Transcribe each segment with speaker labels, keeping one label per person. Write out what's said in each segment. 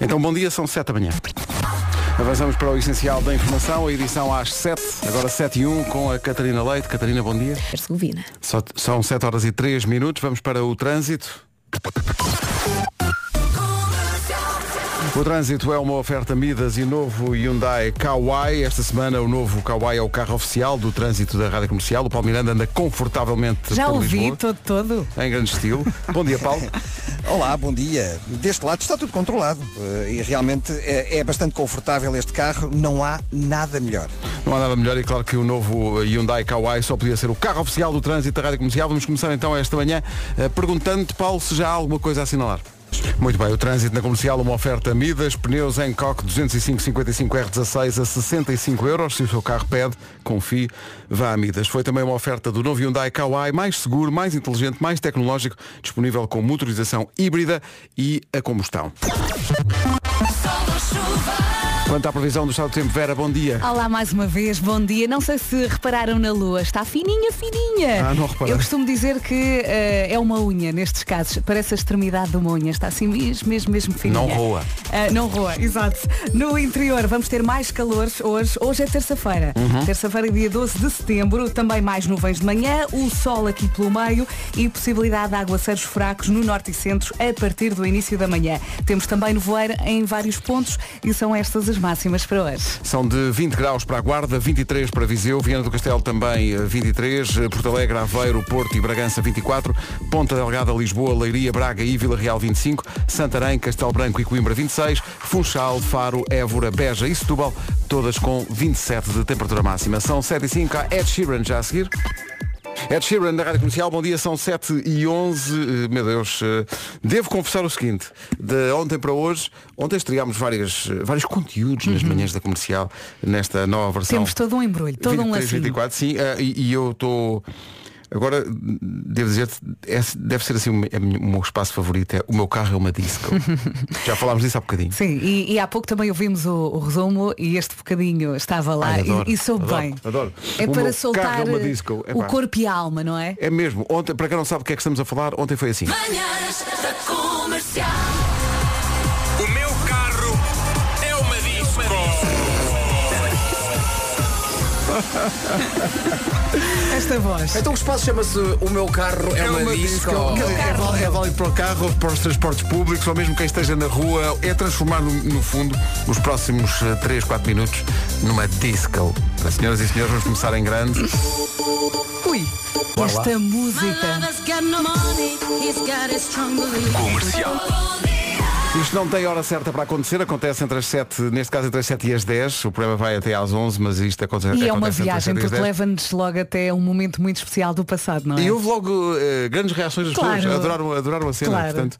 Speaker 1: Então, bom dia, são 7 da manhã. Avançamos para o essencial da informação, a edição às 7, agora 7 e 1, com a Catarina Leite. Catarina, bom dia.
Speaker 2: é?
Speaker 3: Herzegovina.
Speaker 1: Só- são 7 horas e 3 minutos, vamos para o trânsito. O trânsito é uma oferta Midas e novo Hyundai Kauai. Esta semana o novo Kauai é o carro oficial do trânsito da Rádio Comercial. O Paulo Miranda anda confortavelmente
Speaker 4: Já
Speaker 1: por
Speaker 4: ouvi
Speaker 1: Lisboa,
Speaker 4: todo todo.
Speaker 1: em grande estilo. Bom dia, Paulo.
Speaker 5: Olá, bom dia. Deste lado está tudo controlado eh, e realmente é, é bastante confortável este carro, não há nada melhor.
Speaker 1: Não há nada melhor e claro que o novo Hyundai Kauai só podia ser o carro oficial do trânsito da Rádio Comercial. Vamos começar então esta manhã eh, perguntando-te, Paulo, se já há alguma coisa a assinalar. Muito bem, o trânsito na comercial, uma oferta Midas, pneus Hancock 205-55R16 a 65 euros. Se o seu carro pede, confie, vá a Midas. Foi também uma oferta do novo Hyundai Kauai, mais seguro, mais inteligente, mais tecnológico, disponível com motorização híbrida e a combustão. Quanto à previsão do estado do tempo, Vera, bom dia.
Speaker 4: Olá mais uma vez, bom dia. Não sei se repararam na lua, está fininha, fininha.
Speaker 1: Ah, não reparei.
Speaker 4: Eu costumo dizer que eh, é uma unha nestes casos, parece a extremidade de uma unha, está assim mesmo, mesmo, mesmo fininha.
Speaker 1: Não roa.
Speaker 4: Ah, não roa, exato. No interior vamos ter mais calor hoje. Hoje é terça-feira.
Speaker 1: Uhum.
Speaker 4: Terça-feira, dia 12 de setembro. Também mais nuvens de manhã, o sol aqui pelo meio e possibilidade de aguaceiros fracos no norte e centro a partir do início da manhã. Temos também nevoeiro em vários pontos e são estas as máximas para hoje.
Speaker 1: São de 20 graus para a Guarda, 23 para Viseu, Viana do Castelo também eh, 23, eh, Porto Alegre, Aveiro, Porto e Bragança 24, Ponta Delgada, Lisboa, Leiria, Braga e Vila Real 25, Santarém, Castelo Branco e Coimbra 26, Funchal, Faro, Évora, Beja e Setúbal, todas com 27 de temperatura máxima. São 7 e 5, há Ed Sheeran já a seguir. Ed Sheeran, da Rádio Comercial, bom dia, são 7 e 11 Eh, Meu Deus, eh, devo confessar o seguinte De ontem para hoje Ontem estreámos várias, eh, vários conteúdos Nas manhãs da Comercial Nesta nova versão
Speaker 4: Uhum. Temos todo um embrulho, todo um
Speaker 1: 23,
Speaker 4: lacinho.
Speaker 1: 24, sim eh, e, e eu estou Agora, devo dizer Deve ser assim o meu, é o meu espaço favorito é, O meu carro é uma disco Já falámos disso há bocadinho
Speaker 4: Sim, e, e há pouco também ouvimos o, o resumo e este bocadinho estava lá
Speaker 1: Ai,
Speaker 4: e-
Speaker 1: adoro,
Speaker 4: e, soube
Speaker 1: adoro,
Speaker 4: bem.
Speaker 1: adoro.
Speaker 4: É
Speaker 1: O meu
Speaker 4: para
Speaker 1: carro
Speaker 4: soltar
Speaker 1: é uma
Speaker 4: eh,
Speaker 1: disco,
Speaker 4: o
Speaker 1: epá.
Speaker 4: corpo e a alma, não é?
Speaker 1: É mesmo, ontem, para quem não sabe o que é que estamos a falar Ontem foi assim
Speaker 6: Manhãs da comercial.
Speaker 7: O meu carro é uma disco.
Speaker 1: É.
Speaker 4: Esta voz.
Speaker 8: Então o espaço chama-se O Meu Carro é, uma, Disco.
Speaker 1: É, val- é válido para o carro, para os transportes públicos, ou mesmo quem esteja na rua, é transformar no, no fundo os próximos 3, 4 minutos numa disco. Para senhoras e senhores, vamos começar em grande.
Speaker 4: Ui, esta música.
Speaker 1: Isto não tem hora certa para acontecer, acontece entre as 7, neste caso entre as 7 e as 10, o programa vai até às 11, mas isto aconte- acontece
Speaker 4: E é uma
Speaker 1: entre as
Speaker 4: viagem,
Speaker 1: 7 e as
Speaker 4: porque
Speaker 1: 10.
Speaker 4: leva-nos logo até um momento muito especial do passado, não é?
Speaker 1: E houve logo eh, grandes reações das
Speaker 4: Claro.
Speaker 1: pessoas. Adoraram, adoraram a cena.
Speaker 4: Claro.
Speaker 1: Portanto,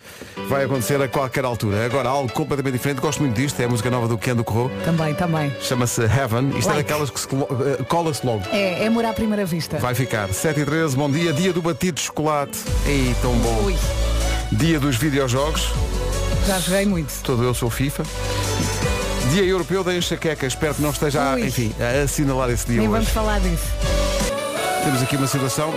Speaker 1: vai acontecer a qualquer altura. Agora, algo completamente diferente. Gosto muito disto. É a música nova do Kendo Corro.
Speaker 4: Também, também.
Speaker 1: Chama-se Heaven. Isto é
Speaker 4: Like.
Speaker 1: daquelas que se colo- eh, cola-se logo.
Speaker 4: É, é amor à primeira vista.
Speaker 1: Vai ficar. 7 e 13, bom dia. Dia do batido de chocolate. Ei, tão bom.
Speaker 4: Ui,
Speaker 1: Dia dos videojogos.
Speaker 4: já joguei muito.
Speaker 1: Todo eu sou FIFA. Dia europeu da enxaqueca. Espero que não esteja, a,
Speaker 4: Ui.
Speaker 1: enfim, a assinalar esse dia
Speaker 4: Nem
Speaker 1: hoje.
Speaker 4: vamos falar disso.
Speaker 1: Temos aqui uma situação...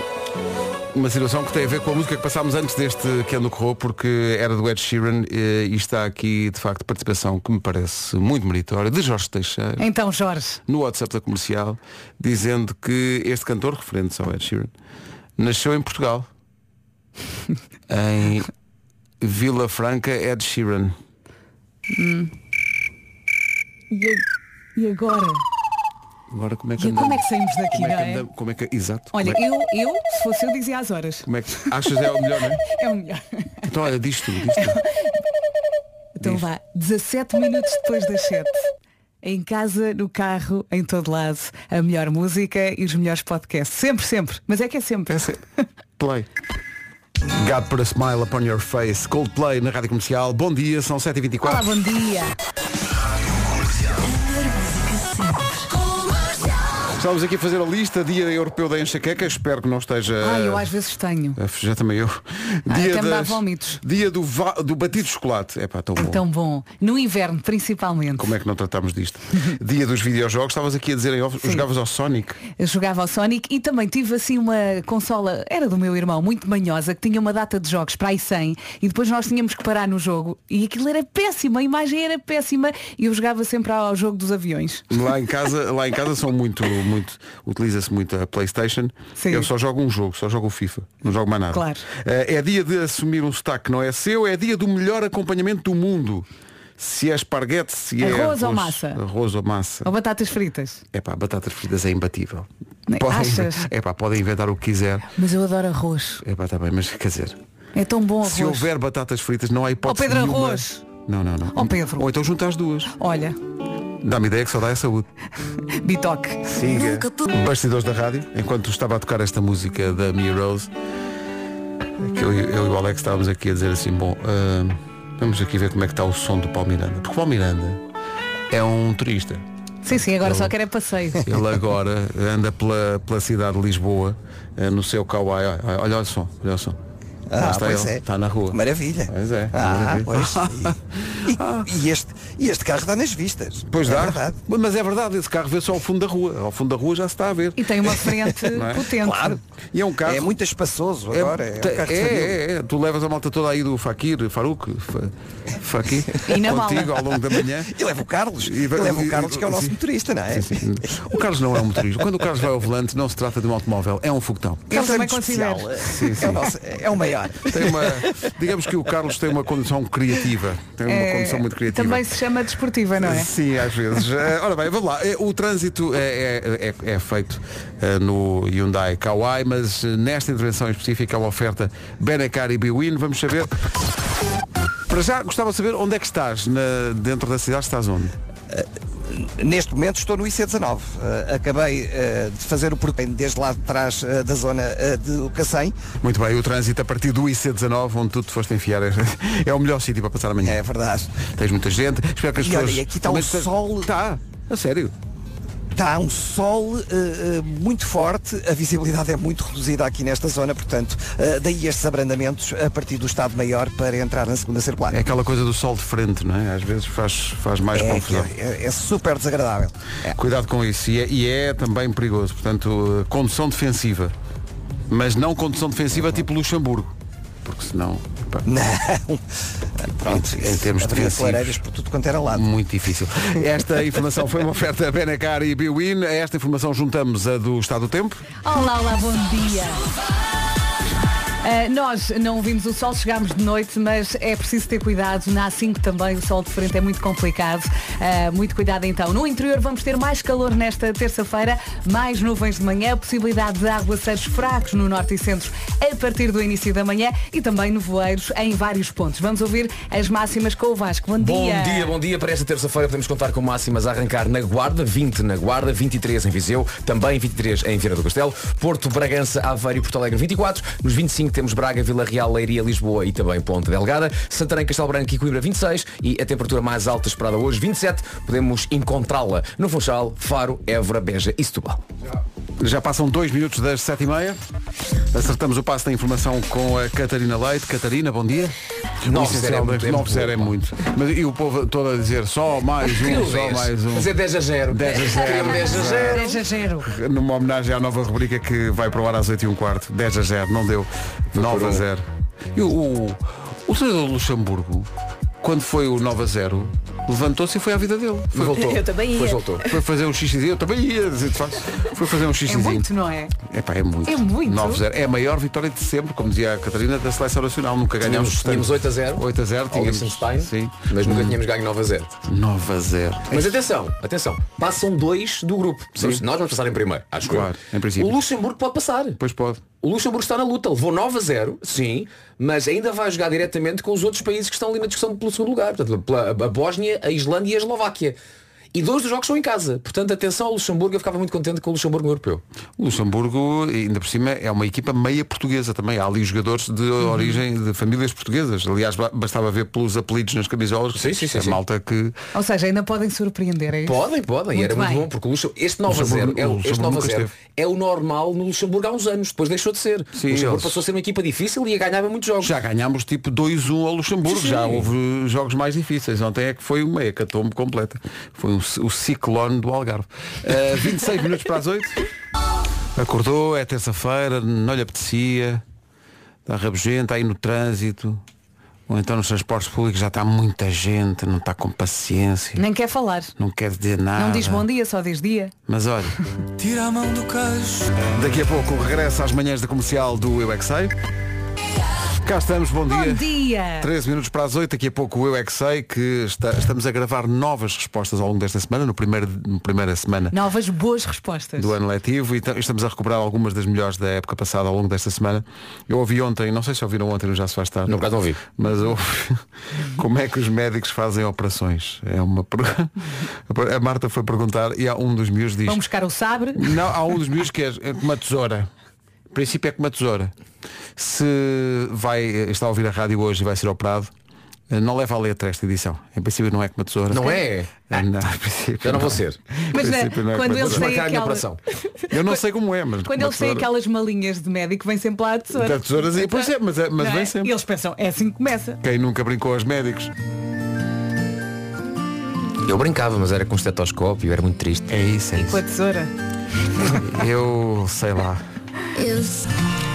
Speaker 1: Uma situação que tem a ver com a música que passámos antes deste que ano correu, porque era do Ed Sheeran eh, e está aqui, de facto, participação que me parece muito meritória, de Jorge Teixeira.
Speaker 4: Então, Jorge,
Speaker 1: no WhatsApp da comercial dizendo que este cantor, referente ao Ed Sheeran, nasceu em Portugal, em Vila Franca, Ed Sheeran.
Speaker 4: e agora?
Speaker 1: Agora como é que
Speaker 4: E
Speaker 1: andamos?
Speaker 4: como é que saímos daqui,
Speaker 1: Como é
Speaker 4: não
Speaker 1: que
Speaker 4: é?
Speaker 1: andamos? Como é que- Exato.
Speaker 4: Olha,
Speaker 1: como, é,
Speaker 4: eu, eu, se fosse eu, dizia às horas.
Speaker 1: como é que achas é o melhor, não é?
Speaker 4: É o melhor.
Speaker 1: Então olha, diz tu, diz tu.
Speaker 4: Então
Speaker 1: Diz.
Speaker 4: vá, 17 minutos depois das 7. Em casa, no carro, em todo lado. A melhor música e os melhores podcasts. Sempre, sempre. Mas é que é sempre.
Speaker 1: Essa- Play. God put a smile upon your face. Coldplay na Rádio Comercial. Bom dia, são 7h24.
Speaker 4: Olá, bom dia.
Speaker 1: Estamos aqui a fazer a lista, Dia Europeu da Enxaqueca, espero que não esteja.
Speaker 4: Ah, eu às vezes tenho.
Speaker 1: a fugir também eu.
Speaker 4: Ah, até me dá vómitos.
Speaker 1: dia do, va- do batido de chocolate. É pá, tão bom.
Speaker 4: Tão bom. No inverno, principalmente.
Speaker 1: Como é que não tratámos disto? dia dos videojogos, estavas aqui a dizer em off,
Speaker 4: Sim.
Speaker 1: jogavas ao Sonic.
Speaker 4: Eu jogava ao Sonic e também tive assim uma consola, era do meu irmão, muito manhosa, que tinha uma data de jogos para aí 100 e depois nós tínhamos que parar no jogo e aquilo era péssimo, a imagem era péssima e eu jogava sempre ao jogo dos aviões.
Speaker 1: Lá em casa, lá em casa são muito, muito, utiliza-se muito a Playstation.
Speaker 4: Sim.
Speaker 1: Eu só jogo um jogo, só jogo o FIFA. Não jogo mais nada.
Speaker 4: Claro.
Speaker 1: Eh, é dia de assumir um sotaque que não é seu, é dia do melhor acompanhamento do mundo. Se é esparguete, se é
Speaker 4: Arroz ou massa?
Speaker 1: Arroz ou massa.
Speaker 4: Ou batatas fritas.
Speaker 1: É pá, batatas fritas é imbatível.
Speaker 4: Nem- achas?
Speaker 1: É pá, podem inventar o que quiser.
Speaker 4: Mas eu adoro arroz.
Speaker 1: É pá, tá bem, mas quer dizer,
Speaker 4: É tão bom arroz.
Speaker 1: se houver batatas fritas, não há hipótese.
Speaker 4: Ó, Pedro,
Speaker 1: nenhuma.
Speaker 4: arroz.
Speaker 1: Não, não, não.
Speaker 4: Ó, Pedro.
Speaker 1: Ou então junta as duas.
Speaker 4: Olha,
Speaker 1: Dá-me ideia que só dá é saúde.
Speaker 4: bitoque.
Speaker 1: Siga. Bastidores da rádio, enquanto estava a tocar esta música da Mia Rose, que eu, e- eu e o Alex estávamos aqui a dizer assim, bom, ah, vamos aqui ver como é que está o som do Paulo Miranda. Porque o Paulo Miranda é um turista.
Speaker 4: Sim, sim, agora só quero é passeio.
Speaker 1: Ele agora anda pela, pela cidade de Lisboa, ah, no seu kawaii. Olha, olha, olha o som, olha o som. Lá
Speaker 5: Ah,
Speaker 1: está
Speaker 5: pois
Speaker 1: ele,
Speaker 5: é.
Speaker 1: está na rua.
Speaker 5: Que Maravilha.
Speaker 1: Pois é,
Speaker 5: Ah,
Speaker 1: maravilha.
Speaker 5: pois. E, e- e este, e este carro dá nas vistas.
Speaker 1: Pois
Speaker 5: é
Speaker 1: dá.
Speaker 5: verdade.
Speaker 1: Mas é verdade, esse carro vê só ao fundo da rua. Ao fundo da rua já se está a ver.
Speaker 4: E tem uma frente
Speaker 1: Não é?
Speaker 4: potente.
Speaker 5: Claro.
Speaker 1: E é um carro.
Speaker 5: É muito espaçoso
Speaker 1: É-
Speaker 5: agora. É, um carro de
Speaker 1: é,
Speaker 5: família.
Speaker 1: é, é. tu levas a malta toda aí do Fakir, Faruk, Fa- Fakir,
Speaker 4: E na mala.
Speaker 1: contigo ao longo da manhã.
Speaker 5: E leva o Carlos.
Speaker 1: E
Speaker 5: E,
Speaker 1: vai-
Speaker 5: leva
Speaker 1: e-
Speaker 5: o Carlos, que é o nosso
Speaker 1: sim.
Speaker 5: motorista, não é?
Speaker 1: Sim, sim. O Carlos não é um motorista. Quando o Carlos vai ao volante, não se trata de um automóvel, é um foguetão.
Speaker 5: Ele
Speaker 4: Eu
Speaker 5: é
Speaker 4: também
Speaker 5: muito
Speaker 4: considero.
Speaker 5: especial.
Speaker 1: Sim, sim.
Speaker 5: É, o nosso- é o maior.
Speaker 1: Tem uma, digamos que o Carlos tem uma condição criativa. Tem uma
Speaker 4: É,
Speaker 1: condição muito criativa.
Speaker 4: Também se chama desportiva, não é?
Speaker 1: Sim, às vezes. Eh, Ora bem, vamos lá. Eh, O trânsito é, é- é- é feito eh, no Hyundai Kauai, mas eh, nesta intervenção em específica é uma oferta Benacar e Biwin. Vamos saber. Para já, gostava de saber onde é que estás na- dentro da cidade. Estás onde?
Speaker 5: Neste momento estou no IC19. Eh, acabei eh, de fazer o percurso desde lá de trás eh, da zona eh, de Cacém.
Speaker 1: Muito bem, o trânsito a partir do IC19, onde tu te foste enfiar, é, é o melhor sítio para passar amanhã.
Speaker 5: É verdade.
Speaker 1: Tens muita gente. Espero que as
Speaker 5: E olha,
Speaker 1: pessoas.
Speaker 5: e aqui está o
Speaker 1: Também te-
Speaker 5: sol.
Speaker 1: Está, a sério.
Speaker 5: Está um sol eh, eh, muito forte, a visibilidade é muito reduzida aqui nesta zona, portanto, eh, daí estes abrandamentos a partir do Estado Maior para entrar na segunda circular.
Speaker 1: É aquela coisa do sol de frente, não é? Às vezes faz, faz mais confusão.
Speaker 5: é- é- é super desagradável.
Speaker 1: Cuidado com isso. E é, e é também perigoso. Portanto, eh, condução defensiva. Mas não condução defensiva tipo Luxemburgo. Porque senão, pá,
Speaker 5: Não. Pronto,
Speaker 1: Em- em termos
Speaker 5: haveria
Speaker 1: defensivos.
Speaker 5: clareiras por tudo quanto era lado.
Speaker 1: muito difícil. Esta informação foi uma oferta Benacar e Biwin. A esta informação juntamos a do Estado do Tempo.
Speaker 4: Olá, olá, bom dia. Ah, nós não vimos o sol, chegámos de noite, mas é preciso ter cuidado. Na A5 também o sol de frente é muito complicado. Ah, muito cuidado então. No interior vamos ter mais calor nesta terça-feira, mais nuvens de manhã, possibilidade de aguaceiros fracos no norte e centro a partir do início da manhã e também nevoeiros em vários pontos. Vamos ouvir as máximas com o Vasco. Bom,
Speaker 8: Bom
Speaker 4: dia.
Speaker 8: dia, bom dia. Para esta terça-feira podemos contar com máximas a arrancar na Guarda, 20 na Guarda, 23 em Viseu, também 23 em Vieira do Castelo, Porto, Bragança, Aveiro e Porto Alegre 24, nos 25 temos Braga, Vila Real, Leiria, Lisboa e também Ponte Delgada, Santarém, Castelo Branco e Coimbra 26 e a temperatura mais alta esperada hoje 27, podemos encontrá-la no Funchal, Faro, Évora, Beja e Setúbal.
Speaker 1: Já passam dois minutos das sete e meia. Acertamos o passo da informação com a Catarina Leite. Catarina, bom dia.
Speaker 8: Nove
Speaker 1: O essencial
Speaker 8: zero é muito,
Speaker 1: das-
Speaker 8: é
Speaker 1: nove
Speaker 8: muito
Speaker 1: zero é muito. Mas, e o povo todo a dizer só mais um, só mais um.
Speaker 8: Fazer 10 a 0.
Speaker 1: 10 a 0.
Speaker 8: 10 a 0.
Speaker 4: 10 a 0.
Speaker 1: numa homenagem à nova rubrica que vai para o ar às 8 e um quarto. 10 a 0, não deu. 9 a 0. E o, o, o senador do Luxemburgo, quando foi o 9 a 0, levantou-se e foi à vida dele. Foi, voltou.
Speaker 3: Eu também
Speaker 8: Depois
Speaker 3: ia.
Speaker 8: voltou.
Speaker 1: Foi fazer um xixizinho, eu também ia, de facto. Foi fazer um
Speaker 4: É
Speaker 1: xixizinho.
Speaker 4: muito, não é?
Speaker 1: Epá, é muito.
Speaker 4: É muito.
Speaker 1: 9-0. É a maior vitória de sempre, como dizia a Catarina, da Seleção Nacional. Nunca ganhámos.
Speaker 8: Tínhamos, tínhamos 8 a 0.
Speaker 1: 8 a 0.
Speaker 8: Ao
Speaker 1: Tínhamos.
Speaker 8: Liechtenstein,
Speaker 1: Sim.
Speaker 8: mas nunca tínhamos ganho 9 a 0.
Speaker 1: 9 a 0.
Speaker 8: Mas atenção, atenção, passam dois do grupo. Nós vamos passar em primeiro, acho que
Speaker 1: Claro, em princípio.
Speaker 8: O Luxemburgo pode passar.
Speaker 1: Depois pode.
Speaker 8: O Luxemburgo está na luta, levou 9 a 0, sim, mas ainda vai jogar diretamente com os outros países que estão ali na discussão pelo segundo lugar. Portanto, pela- a Bósnia, a Islândia e a Eslováquia. E dois dos jogos são em casa. Portanto, atenção ao Luxemburgo. Eu ficava muito contente com o Luxemburgo no europeu.
Speaker 1: O Luxemburgo, ainda por cima, é uma equipa meia portuguesa também. Há ali jogadores de
Speaker 8: Uhum.
Speaker 1: origem de famílias portuguesas. Aliás, ba- bastava ver pelos apelidos nas camisolas.
Speaker 8: Sim, sim, sim,
Speaker 1: A
Speaker 8: sim.
Speaker 1: malta que.
Speaker 4: Ou seja, ainda podem surpreender, é isso?
Speaker 8: Podem, podem.
Speaker 4: Muito
Speaker 8: era muito
Speaker 4: bem.
Speaker 8: bom, porque o Luxem- este 9 a 0
Speaker 1: Luxemburgo-
Speaker 8: é,
Speaker 1: o
Speaker 8: o- este
Speaker 1: Luxemburgo
Speaker 8: 9 a
Speaker 1: nunca
Speaker 8: 0
Speaker 1: esteve.
Speaker 8: é o normal no Luxemburgo há uns anos. Depois deixou de ser.
Speaker 1: Sim,
Speaker 8: o Luxemburgo
Speaker 1: eles-
Speaker 8: passou a ser uma equipa difícil e ganhava muitos jogos.
Speaker 1: Já ganhámos tipo 2-1 ao Luxemburgo.
Speaker 8: Sim, sim.
Speaker 1: Já houve jogos mais difíceis. Ontem é que foi uma hecatombe completa. Foi um c- o ciclone do Algarve. Uh, 26 minutos para as 8. Acordou, é terça-feira, não lhe apetecia. Está rabugento, aí no trânsito. Ou então nos transportes públicos já está muita gente, não está com paciência.
Speaker 4: Nem quer falar.
Speaker 1: Não quer dizer nada.
Speaker 4: Não diz bom dia, só diz dia.
Speaker 1: Mas olha. Daqui a pouco regressa às manhãs da comercial do Eu É Que Sei. Cá estamos, bom dia.
Speaker 4: Bom dia!
Speaker 1: 13 minutos para as 8, daqui a pouco o Eu É Que Sei, que está- estamos a gravar novas respostas ao longo desta semana, no primeiro, no primeira semana
Speaker 4: Novas boas respostas.
Speaker 1: do ano letivo, e tam- estamos a recuperar algumas das melhores da época passada ao longo desta semana. Eu ouvi ontem, não sei se ouviram ontem, no já se faz tarde.
Speaker 8: Não, por acaso não ouvi.
Speaker 1: Mas eu ouvi como é que os médicos fazem operações? É uma per- A Marta foi perguntar e há um dos meus diz.
Speaker 4: Vão buscar o sabre.
Speaker 1: Não, há um dos meus que é é com uma tesoura. O princípio é com uma tesoura. Se vai, está a ouvir a rádio hoje e vai ser operado, eh, não leva a letra esta edição. Em princípio não é com uma tesoura.
Speaker 8: Não é?
Speaker 1: Ah, Não, em princípio
Speaker 8: Eu não vou ser.
Speaker 1: Em
Speaker 4: Mas né,
Speaker 1: princípio não é com
Speaker 4: quando
Speaker 1: uma
Speaker 4: eles
Speaker 1: tesoura.
Speaker 4: têm
Speaker 8: Desmarcar a minha
Speaker 4: aquela...
Speaker 8: operação.
Speaker 1: Eu não sei como é, mas. com
Speaker 4: Quando
Speaker 1: uma
Speaker 4: eles têm
Speaker 1: tesoura-
Speaker 4: aquelas malinhas de médico, vem sempre lá a tesoura.
Speaker 1: Da tesouras e- pois é, mas é- mas
Speaker 4: Não
Speaker 1: vem sempre.
Speaker 4: Eles pensam, é assim que começa.
Speaker 1: Quem nunca brincou aos médicos?
Speaker 8: Eu brincava, mas era com um estetoscópio, era muito triste.
Speaker 1: É isso, é
Speaker 4: Com a tesoura.
Speaker 1: Eu sei lá.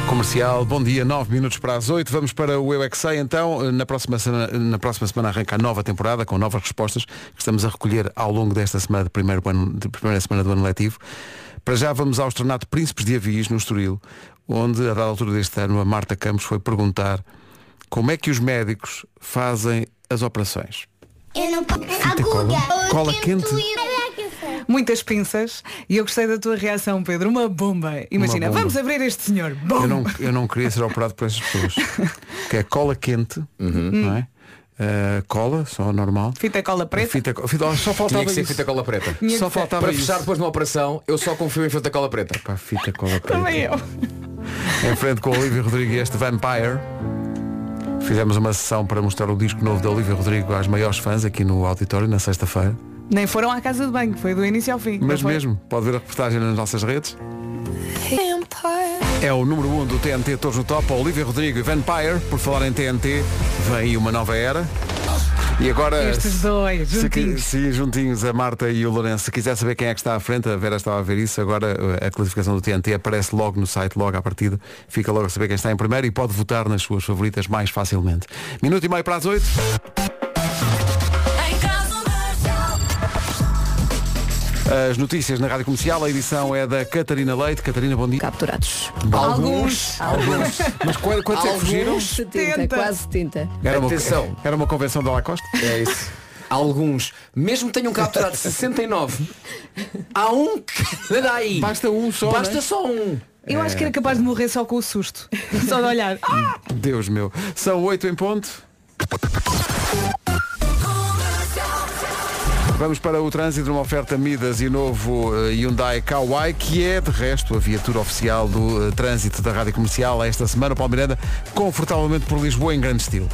Speaker 1: Comercial, bom dia, 9 minutos para as 8. Vamos para o Eu é Que Sei, então. Na próxima, semana, na próxima semana arranca a nova temporada com novas respostas que estamos a recolher ao longo desta semana, de, primeiro ano, de primeira semana do ano letivo. Para já vamos ao estornado Príncipes de Avis, no Estoril, onde, a dada altura deste ano, a Marta Campos foi perguntar como é que os médicos fazem as operações.
Speaker 3: Eu não posso.
Speaker 1: cola? Cola quente?
Speaker 4: Muitas pinças. E eu gostei da tua reação, Pedro. Uma bomba. Imagina,
Speaker 1: bomba.
Speaker 4: vamos abrir este senhor.
Speaker 1: Eu
Speaker 4: Bomba.
Speaker 1: não, eu não queria ser operado por essas pessoas. que é cola quente,
Speaker 8: Uhum.
Speaker 1: não é? Ah, cola, só normal.
Speaker 4: Fita cola preta.
Speaker 1: Fita, co- fita- oh, só
Speaker 8: Tinha
Speaker 1: faltava
Speaker 8: que ser
Speaker 1: isso.
Speaker 8: fita cola preta.
Speaker 4: Tinha
Speaker 1: Só
Speaker 4: que ser.
Speaker 1: faltava
Speaker 8: Para
Speaker 1: isso.
Speaker 8: fechar depois na operação, eu só confio em fita cola preta.
Speaker 1: Pá, fita cola preta.
Speaker 4: Também eu.
Speaker 1: Em frente com a Olivia Rodrigo e este Vampire. Fizemos uma sessão para mostrar o disco novo da Olivia Rodrigo às maiores fãs aqui no auditório na sexta-feira.
Speaker 4: Nem foram à casa de banho, foi do início ao fim.
Speaker 1: Mas
Speaker 4: não foi?
Speaker 1: mesmo, pode ver a reportagem nas nossas redes. É o número 1 um do TNT Todos no Top, Olivia Rodrigo e Vampire. Por falar em TNT, vem aí uma nova era. E agora.
Speaker 4: Estes dois,
Speaker 1: se que-
Speaker 4: juntinhos.
Speaker 1: Sim, juntinhos, a Marta e o Lourenço. Se quiser saber quem é que está à frente, a Vera estava a ver isso. Agora eh, a classificação do TNT aparece logo no site, logo à partida. Fica logo a saber quem está em primeiro e pode votar nas suas favoritas mais facilmente. Minuto e meio para as oito.
Speaker 6: Em casa,
Speaker 1: As notícias na Rádio Comercial. A edição é da Catarina Leite. Catarina, bom dia.
Speaker 2: Capturados.
Speaker 4: Alguns.
Speaker 1: Alguns. Mas quanto- quantos é que fugiram?
Speaker 2: 70, quase 70.
Speaker 1: Era uma,
Speaker 8: Atenção.
Speaker 1: era uma convenção da Lacoste?
Speaker 8: É isso. Alguns, mesmo que tenham capturado 69, há um que anda aí.
Speaker 1: Basta um só,
Speaker 8: Basta
Speaker 1: não é?
Speaker 8: só um.
Speaker 4: Eu acho que era capaz de morrer só com o susto. Só de olhar. Ah!
Speaker 1: Deus meu. São oito em ponto. Vamos para o trânsito numa oferta Midas e novo eh, Hyundai Kauai, que é, de resto, a viatura oficial do eh, trânsito da Rádio Comercial esta semana. Paulo Miranda, confortavelmente por Lisboa, em grande estilo.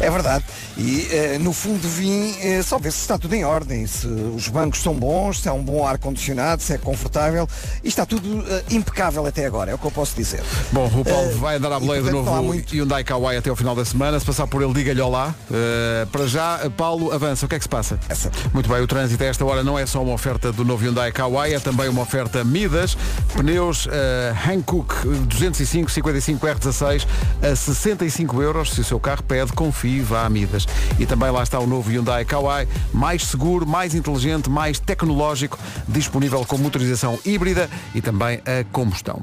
Speaker 5: É verdade. E eh, no fundo vim eh, só ver se está tudo em ordem, se os bancos são bons, se há um bom ar-condicionado, se é confortável. E está tudo eh, impecável até agora, é o que eu posso dizer.
Speaker 1: Bom, o Paulo
Speaker 5: Eh,
Speaker 1: vai andar à
Speaker 5: e,
Speaker 1: boleia do
Speaker 5: portanto, falar
Speaker 1: novo
Speaker 5: muito.
Speaker 1: Hyundai Kauai até ao final da semana. Se passar por ele, diga-lhe olá. Eh, para já, Paulo, avança. O que é que se passa?
Speaker 5: Essa.
Speaker 1: Muito bem, o trânsito a esta hora não é só uma oferta do novo Hyundai Kauai, é também uma oferta Midas, pneus eh, Hankook 205-55R16 a 65 euros. Se o seu carro pede, confie, vá a Midas. E também lá está o novo Hyundai Kauai, mais seguro, mais inteligente, mais tecnológico, disponível com motorização híbrida e também a combustão.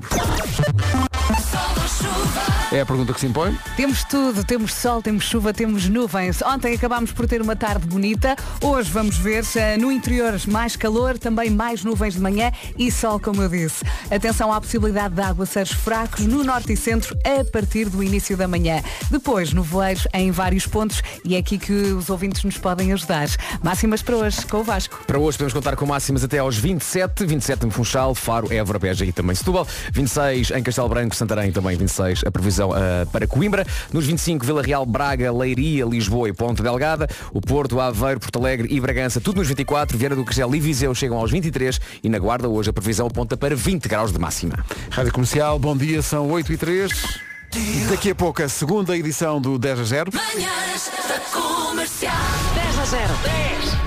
Speaker 6: sol ou chuva,
Speaker 1: É a pergunta que se impõe.
Speaker 4: Temos tudo, temos sol, temos chuva, temos nuvens. Ontem acabámos por ter uma tarde bonita, hoje vamos ver eh, no interior mais calor, também mais nuvens de manhã e sol, como eu disse. Atenção à possibilidade de aguaceiros fracos no norte e centro a partir do início da manhã. Depois, nevoeiros em vários pontos e é aqui que os ouvintes nos podem ajudar. Máximas para hoje com o Vasco.
Speaker 8: Para hoje podemos contar com máximas até aos 27, 27 em Funchal, Faro, Évora, Beja e também Setúbal, 26 em Castelo Branco, Santarém também 26 a previsão ah, para Coimbra, nos 25 Vila Real, Braga, Leiria, Lisboa e Ponte Delgada, o Porto, Aveiro, Porto Alegre e Bragança, tudo nos 24, Vieira do Castelo e Viseu chegam aos 23 e na Guarda hoje a previsão aponta para 20 graus de máxima.
Speaker 1: Rádio Comercial, bom dia, são 8 e 3. Daqui a pouco a segunda edição do 10 a 0.
Speaker 6: manhãs da comercial.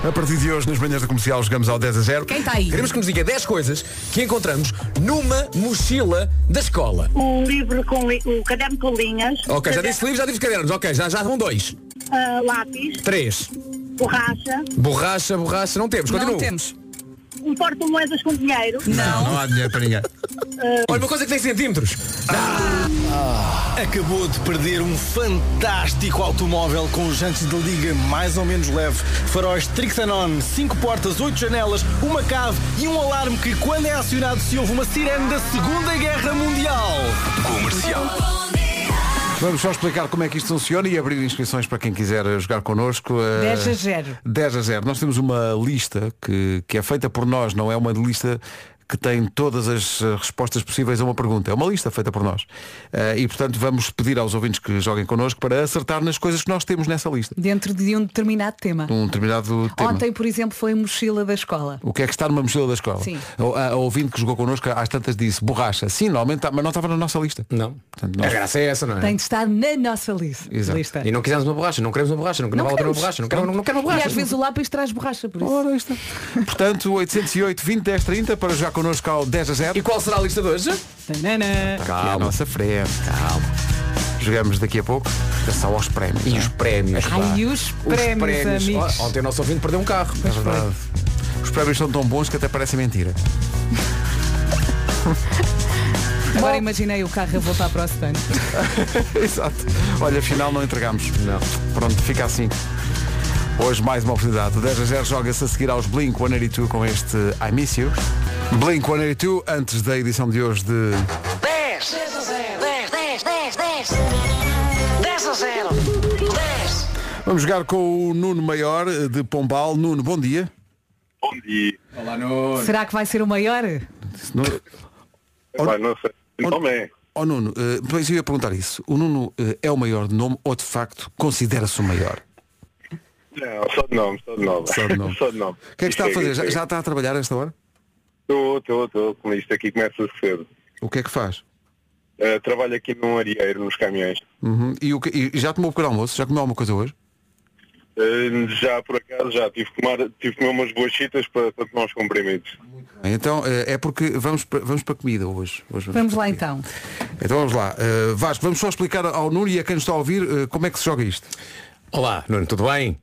Speaker 1: A partir de hoje, nas manhãs da comercial, jogamos ao 10 a 0.
Speaker 4: Quem está aí?
Speaker 8: Queremos que nos diga 10 coisas que encontramos numa mochila da escola.
Speaker 3: o um livro com li- o caderno com linhas,
Speaker 8: Ok,
Speaker 4: é
Speaker 8: já disse livros, já disse cadernos, ok, já, já vão dois,
Speaker 3: ah, lápis,
Speaker 8: três.
Speaker 3: borracha,
Speaker 8: Borracha, borracha, não temos, continua.
Speaker 4: Não temos.
Speaker 3: um porta-moedas com dinheiro,
Speaker 1: Não há dinheiro para ninguém.
Speaker 8: Olha, uma coisa que tem centímetros.
Speaker 9: Acabou de perder um fantástico automóvel com jantes de liga mais ou menos leve, faróis Trixanon, 5 portas, 8 janelas, uma cave e um alarme que, quando é acionado, se ouve uma sirene da Segunda Guerra Mundial.
Speaker 1: Vamos só explicar como é que isto funciona e abrir inscrições para quem quiser jogar connosco. eh,
Speaker 4: 10 a 0.
Speaker 1: 10 a 0. Nós temos uma lista que, que é feita por nós, não é uma lista que tem todas as eh, respostas possíveis a uma pergunta. É uma lista feita por nós. Eh, e, portanto, vamos pedir aos ouvintes que joguem connosco para acertar nas coisas que nós temos nessa lista.
Speaker 4: Dentro de um determinado tema.
Speaker 1: Um determinado tema.
Speaker 4: Ontem, por exemplo, foi a mochila da escola.
Speaker 1: O que é que está numa mochila da escola?
Speaker 4: Sim.
Speaker 1: A, a ouvinte que jogou connosco às tantas disse borracha. Sim, normalmente, tá- mas não estava na nossa lista.
Speaker 8: Não.
Speaker 1: Portanto,
Speaker 8: A
Speaker 1: nós-
Speaker 8: graça é essa, não é?
Speaker 4: Tem de estar na nossa lis-
Speaker 1: Exato.
Speaker 4: lista.
Speaker 8: E não quisemos uma borracha, não queremos uma borracha, não, não, vale a pena uma
Speaker 4: queremos.
Speaker 8: borracha, não quero, não, não quero uma
Speaker 4: E
Speaker 8: borracha.
Speaker 4: às vezes o lápis traz borracha, por isso.
Speaker 1: Ora, aí está. Portanto, 808 20 10 30 para jogar connosco ao 10 a 0.
Speaker 8: E qual será a lista de hoje?
Speaker 4: Tanana.
Speaker 8: Tá,
Speaker 1: Aqui à nossa frente. Calma. Jogamos daqui a pouco. Atenção aos prémios.
Speaker 8: E os prémios. pá.
Speaker 4: Ai, os prémios, amigos.
Speaker 8: tá. Ó, Ontem o nosso ouvinte perdeu um carro.
Speaker 1: Verdade. Os prémios são tão bons que até parece mentira.
Speaker 8: tá.
Speaker 4: Agora imaginei o carro a voltar para o stand.
Speaker 1: Exato. Olha, afinal não entregámos. Não. Pronto, fica assim. Hoje mais uma oportunidade. O 10 a 0 joga-se a seguir aos Blink 182 com este I Miss You. Blink 182, antes da edição de hoje de.
Speaker 6: 10 10 10 10 10 10 a 0 10
Speaker 1: Vamos jogar com o Nuno Maior eh, de Pombal. Nuno, bom dia.
Speaker 10: Bom dia.
Speaker 4: Será que vai ser o maior?
Speaker 1: Nuno...
Speaker 10: Epá, não sei. Então é.
Speaker 1: é? Oh Nuno, eh, pois eu ia perguntar isso. O Nuno eh, é o maior de nome ou de facto considera-se o maior?
Speaker 10: Não, só de nome, só de nome.
Speaker 1: Só de nome.
Speaker 10: só de nome.
Speaker 1: O que é que está a fazer? Já, já está a trabalhar a esta hora?
Speaker 10: Estou, estou, estou. Com isto aqui começa cedo.
Speaker 1: O que é que faz?
Speaker 10: Eh, trabalho aqui num areeiro, nos caminhões.
Speaker 1: Uhum. E, o que- e já tomou o pequeno almoço? Já comeu alguma coisa hoje?
Speaker 10: Eh, já, por acaso, já tive que, tomar, tive que comer umas boas chitas para, para tomar os comprimidos.
Speaker 1: Bem, Então eh, é porque vamos para, vamos para a comida hoje. Hoje
Speaker 4: Vamos
Speaker 1: para a
Speaker 4: lá
Speaker 1: comida.
Speaker 4: então.
Speaker 1: Então vamos lá. Eh, Vasco, vamos só explicar ao Nuno e a quem nos está a ouvir eh, como é que se joga isto.
Speaker 8: Olá, Nuno, tudo bem?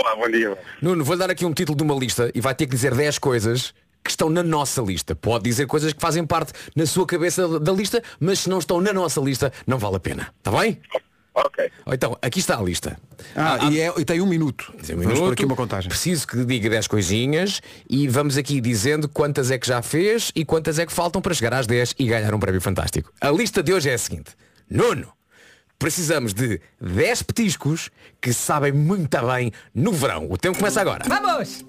Speaker 10: Olá, bom dia.
Speaker 8: Nuno, vou-lhe dar aqui um título de uma lista e vai ter que dizer 10 coisas que estão na nossa lista. Pode dizer coisas que fazem parte na sua cabeça da lista, mas se não estão na nossa lista, não vale a pena. Está bem?
Speaker 10: Ok.
Speaker 8: Ó, Então, aqui está a lista.
Speaker 1: Ah, e, é- e tem um minuto.
Speaker 8: Dizer um
Speaker 1: vamos pôr
Speaker 8: minuto.
Speaker 1: aqui uma contagem.
Speaker 8: Preciso que diga 10 coisinhas e vamos aqui dizendo quantas é que já fez e quantas é que faltam para chegar às 10 e ganhar um prémio fantástico. A lista de hoje é a seguinte. Nuno, precisamos de 10 petiscos que sabem muito bem no verão. O tempo começa agora.
Speaker 4: Vamos!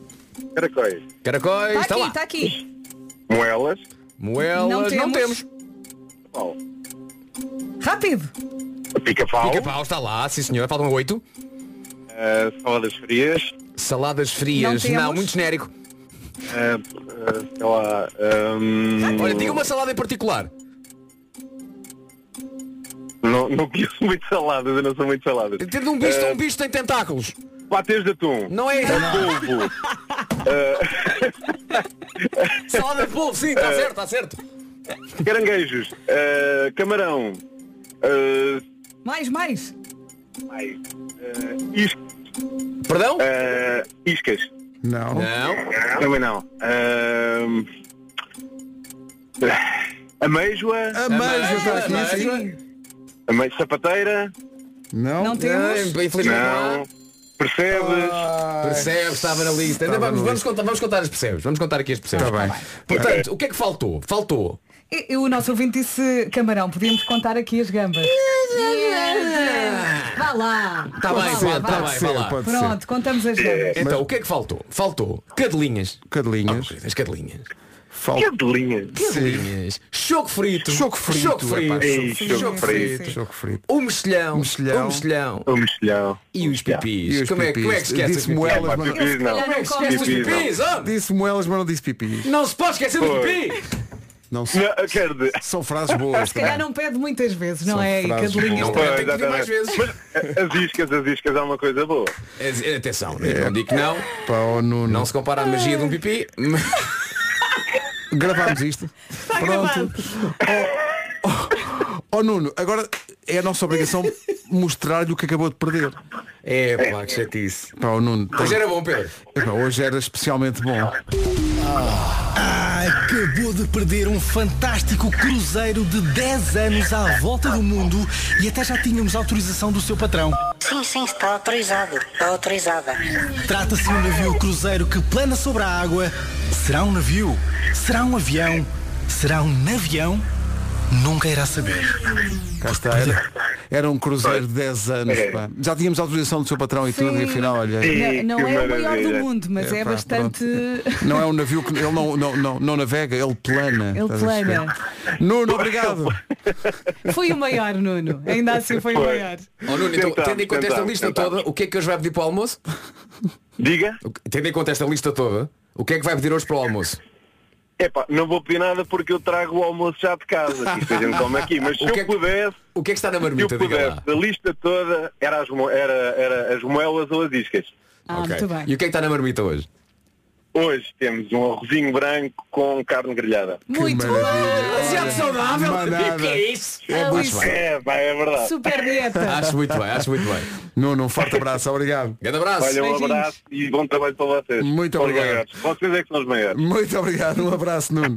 Speaker 10: Caracóis.
Speaker 8: Caracóis,
Speaker 4: Está Tá aqui,
Speaker 8: está tá lá.
Speaker 4: está aqui.
Speaker 10: Moelas.
Speaker 8: Moelas, não temos.
Speaker 4: Não temos.
Speaker 10: Pau.
Speaker 4: Rápido!
Speaker 10: Pica-pau.
Speaker 8: Pica-pau está lá, sim senhor. Faltam 8.
Speaker 10: eh, saladas frias.
Speaker 8: Saladas frias.
Speaker 4: Não temos.
Speaker 8: muito genérico.
Speaker 10: eh, eh, sei lá. ehm,
Speaker 8: Olha, diga uma salada em particular.
Speaker 10: não, não conheço muito saladas, eu não sou muito saladas.
Speaker 8: Tendo um bicho,
Speaker 10: Eh,
Speaker 8: um bicho tem tentáculos.
Speaker 10: Patês de atum.
Speaker 8: Não é
Speaker 10: Polvo.
Speaker 8: salada de polvo, sim,
Speaker 1: Eh.
Speaker 8: está certo, está certo.
Speaker 10: Caranguejos, eh, camarão, eh,
Speaker 4: Mais, mais!
Speaker 10: ai, eh, is-
Speaker 8: Perdão?
Speaker 10: eh, iscas,
Speaker 1: Não.
Speaker 8: Não.
Speaker 10: Ah, também não. Ahm, Ameijoa.
Speaker 1: Ameijoa está aqui,
Speaker 10: Ameijoa.
Speaker 1: sim.
Speaker 10: Ameijo sapateira.
Speaker 1: Não.
Speaker 10: Não temos?
Speaker 8: Infelizmente não.
Speaker 10: Não. Percebes?
Speaker 8: Ah. Percebe, estava na lista. Ainda
Speaker 10: Estava
Speaker 8: vamos,
Speaker 10: na
Speaker 8: vamos, contar, vamos contar as percebes. Vamos contar aqui as percebes.
Speaker 1: Tá
Speaker 8: Portanto, o que é que faltou? Faltou.
Speaker 4: E, e o nosso ouvinte disse, camarão, podíamos contar aqui as gambas. Vá lá.
Speaker 8: Está
Speaker 4: Vá
Speaker 8: bem,
Speaker 4: lá,
Speaker 8: pá,
Speaker 4: vá
Speaker 8: tá
Speaker 4: lá.
Speaker 8: bem, vá lá.
Speaker 4: Pronto, contamos as gambas.
Speaker 8: Então, o que é que faltou? Faltou cadelinhas. Ah,
Speaker 1: Cadelinhas.
Speaker 8: as cadelinhas.
Speaker 1: Fal...
Speaker 10: Cadelinhas.
Speaker 8: Cadelinhas. Choco frito.
Speaker 1: Choco frito,
Speaker 8: Choco frito.
Speaker 1: epá, choco frito.
Speaker 8: Choco frito.
Speaker 1: Choco frito.
Speaker 8: O mexilhão.
Speaker 1: Mexilhão.
Speaker 8: O
Speaker 10: O
Speaker 8: mexilhão.
Speaker 10: Oh, mexilhão.
Speaker 8: E os pipis.
Speaker 1: E os
Speaker 8: como, É, como é que
Speaker 1: pipis?
Speaker 8: esquece
Speaker 1: Disse moelas, mas-
Speaker 10: Pipis não.
Speaker 8: Como é que esquece os
Speaker 10: Pipis não.
Speaker 8: pipis? homem?
Speaker 1: Disse moelas, mas não disse pipis.
Speaker 8: Não se pode esquecer dos
Speaker 10: Pois.
Speaker 8: pipis.
Speaker 1: Não sei.
Speaker 10: Não, quer dizer,
Speaker 1: São frases boas. é?
Speaker 4: Se calhar não pede muitas vezes, não
Speaker 1: São
Speaker 4: é? E
Speaker 1: frases
Speaker 4: cadelinhas
Speaker 1: boas.
Speaker 10: Pois,
Speaker 8: também tem que pedir mais
Speaker 10: exatamente.
Speaker 8: vezes.
Speaker 10: Mas eh, as iscas, as iscas é uma coisa boa.
Speaker 8: É, Atenção, né? não digo que não.
Speaker 1: Pá, ó, Nuno.
Speaker 8: Não se compara a magia de um pipi. mas-
Speaker 1: Gravámos isto.
Speaker 4: Tá
Speaker 1: Pronto. Ó oh, Nuno, agora é a nossa obrigação mostrar-lhe o que acabou de perder.
Speaker 8: É, pá, que chatice.
Speaker 1: Pá, ó, Nuno, tem-
Speaker 8: Mas era bom, Pedro.
Speaker 1: Epá, hoje era especialmente bom.
Speaker 9: Acabou de perder um fantástico cruzeiro de 10 anos à volta do mundo e até já tínhamos autorização do seu patrão.
Speaker 6: Sim, sim, está autorizado. Está autorizada.
Speaker 9: Trata-se de um navio cruzeiro que plana sobre a água. Será um navio? Será um avião? Será um navião? Nunca irá saber.
Speaker 1: Cá está, era, era um cruzeiro de 10 anos. pá. Já tínhamos autorização do seu patrão e tudo, e afinal, olha.
Speaker 10: Sim,
Speaker 4: Não, não
Speaker 10: que
Speaker 4: é o maior do
Speaker 10: maravilha.
Speaker 4: mundo, mas é,
Speaker 1: Epá,
Speaker 4: bastante.
Speaker 1: pronto. Não é um navio que. Ele não, não, não, não navega, ele plana.
Speaker 4: Ele
Speaker 1: estás a perceber? Nuno, obrigado.
Speaker 4: Foi o maior, Nuno. Ainda assim foi o
Speaker 10: Foi.
Speaker 4: maior.
Speaker 8: Ó Nuno, então,
Speaker 10: Tentamos,
Speaker 8: tendo em conta esta
Speaker 10: tentamos,
Speaker 8: lista
Speaker 10: tentamos.
Speaker 8: toda, o que é que hoje vai pedir para o almoço?
Speaker 10: Diga.
Speaker 8: O que- Tendo em conta esta lista toda, o que é que vai pedir hoje para o almoço?
Speaker 10: Epá, não vou pedir nada porque eu trago o almoço já de casa. que Isto a gente come aqui. Mas se
Speaker 8: O que é
Speaker 10: eu
Speaker 8: que-
Speaker 10: pudesse,
Speaker 8: O que é que está
Speaker 10: se
Speaker 8: na
Speaker 10: eu
Speaker 8: marmita, diga
Speaker 10: pudesse,
Speaker 8: lá?
Speaker 10: da lista toda era as, mo- era, era as moelas ou as iscas.
Speaker 4: Ah,
Speaker 8: Ok.
Speaker 4: muito
Speaker 8: E
Speaker 4: bem.
Speaker 8: o que é que está na marmita hoje?
Speaker 10: Hoje temos um arrozinho branco com carne grelhada.
Speaker 4: Muito bem.
Speaker 8: Demasiado saudável!
Speaker 1: manada.
Speaker 8: O que é isso?
Speaker 4: Alice,
Speaker 10: É, pá, é verdade.
Speaker 4: Super dieta.
Speaker 8: Acho muito bem, acho muito bem.
Speaker 1: Nuno, um forte abraço, obrigado.
Speaker 8: Grande abraço!
Speaker 10: Olha, um
Speaker 4: Beijinhos.
Speaker 10: abraço e bom trabalho para vocês.
Speaker 1: Muito
Speaker 10: São os
Speaker 1: obrigado.
Speaker 10: maiores. Vocês é que são os maiores.
Speaker 1: Muito obrigado, um abraço, Nuno.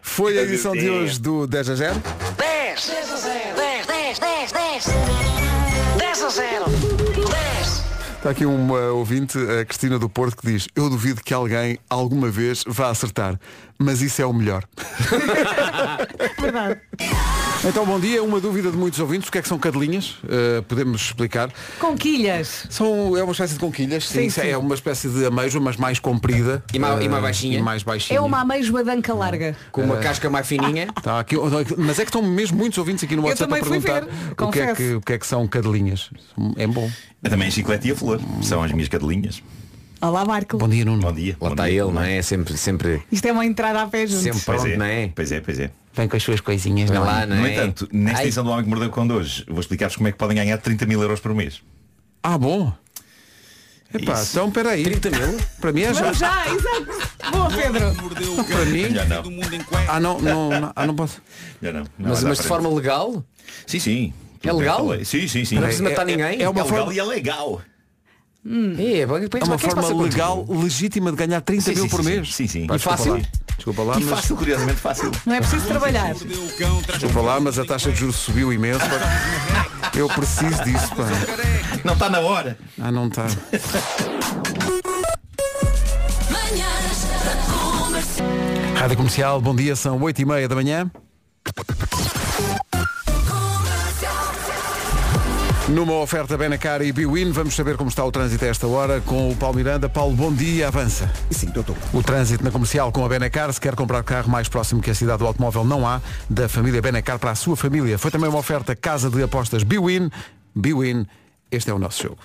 Speaker 1: Foi a edição de hoje do 10 a 0.
Speaker 6: 10. 10 a 0. 10, 10, 10, 10. 10 a 0. 10.
Speaker 1: Está aqui um eh, ouvinte, a Cristina do Porto, que diz Eu duvido que alguém alguma vez vá acertar, mas isso é o melhor.
Speaker 4: Verdade.
Speaker 1: Então, bom dia. Uma dúvida de muitos ouvintes. O que é que são cadelinhas? Eh, podemos explicar.
Speaker 4: Conquilhas.
Speaker 1: São, é uma espécie de conquilhas, sim,
Speaker 4: Sim, sim.
Speaker 1: É uma espécie de ameijo, mas mais comprida.
Speaker 8: E ma- e
Speaker 1: Eh,
Speaker 8: mais baixinha.
Speaker 1: e mais baixinha.
Speaker 4: É uma ameijoa danca larga.
Speaker 8: Com uma casca mais fininha.
Speaker 1: Tá aqui, mas é que estão mesmo muitos ouvintes aqui no WhatsApp a
Speaker 4: também fui
Speaker 1: perguntar
Speaker 4: ver,
Speaker 1: o que, é
Speaker 4: confesso.
Speaker 1: que, o que é que são cadelinhas. É bom.
Speaker 11: Eu também chiclete e a flor. São as minhas cadelinhas.
Speaker 4: Olá, Marco.
Speaker 1: Bom dia, Nuno.
Speaker 11: Bom dia.
Speaker 8: Lá
Speaker 11: bom
Speaker 8: está
Speaker 11: dia.
Speaker 8: ele, não é? Sempre, sempre,
Speaker 4: Isto é uma entrada a pé juntos.
Speaker 8: sempre
Speaker 11: Pois
Speaker 8: pronto,
Speaker 11: é.
Speaker 8: não é?
Speaker 11: Pois é, pois é.
Speaker 1: Vem com as suas coisinhas,
Speaker 8: Vê lá, não
Speaker 11: no
Speaker 8: é?
Speaker 11: entanto, nesta
Speaker 8: Ai.
Speaker 11: edição do Homem que Mordeu Quando hoje, vou explicar-vos como é que podem ganhar 30 mil euros por mês.
Speaker 1: Ah, bom. Epá,
Speaker 11: Isso.
Speaker 1: então peraí.
Speaker 8: 30 mil?
Speaker 1: Para mim é já.
Speaker 4: Vamos já, exato. Boa, Pedro.
Speaker 1: Para mim.
Speaker 11: Melhor não.
Speaker 1: Ah, não, não, não, ah, não posso.
Speaker 11: Melhor não. Não
Speaker 8: Mas,
Speaker 11: vai dar
Speaker 8: mas de
Speaker 11: para-
Speaker 8: forma legal?
Speaker 11: Sim, sim.
Speaker 8: É legal?
Speaker 11: Tudo bem, falei. Sim, sim, sim.
Speaker 8: Não precisa
Speaker 11: É-
Speaker 8: matar ninguém?
Speaker 11: É, é
Speaker 8: É
Speaker 11: uma
Speaker 8: uma
Speaker 11: legal e é legal.
Speaker 8: É, é
Speaker 1: É uma forma legal, legítima de ganhar 30
Speaker 11: Sim,
Speaker 1: mil
Speaker 11: sim,
Speaker 1: por
Speaker 11: sim,
Speaker 1: mês.
Speaker 11: sim, sim.
Speaker 1: Pá,
Speaker 11: E
Speaker 1: desculpa
Speaker 8: fácil.
Speaker 1: lá. Desculpa lá,
Speaker 11: E
Speaker 1: mas,
Speaker 11: fácil, curiosamente fácil.
Speaker 4: Não é preciso trabalhar.
Speaker 1: desculpa lá, mas a taxa de juros subiu imenso. pá. Eu preciso disso, pá.
Speaker 11: Não está na hora.
Speaker 1: Ah, não está. Rádio Comercial, bom dia, são 8h30 da manhã. Numa oferta Benacar e Biwin, vamos saber como está o trânsito a esta hora com o Paulo Miranda. Paulo, bom dia, avança.
Speaker 5: Sim, doutor.
Speaker 1: O trânsito na comercial com a Benacar. Se quer comprar carro mais próximo que a cidade do automóvel, não há. Da família Benacar para a sua família. Foi também uma oferta Casa de Apostas Biwin. Biwin, este é o nosso jogo.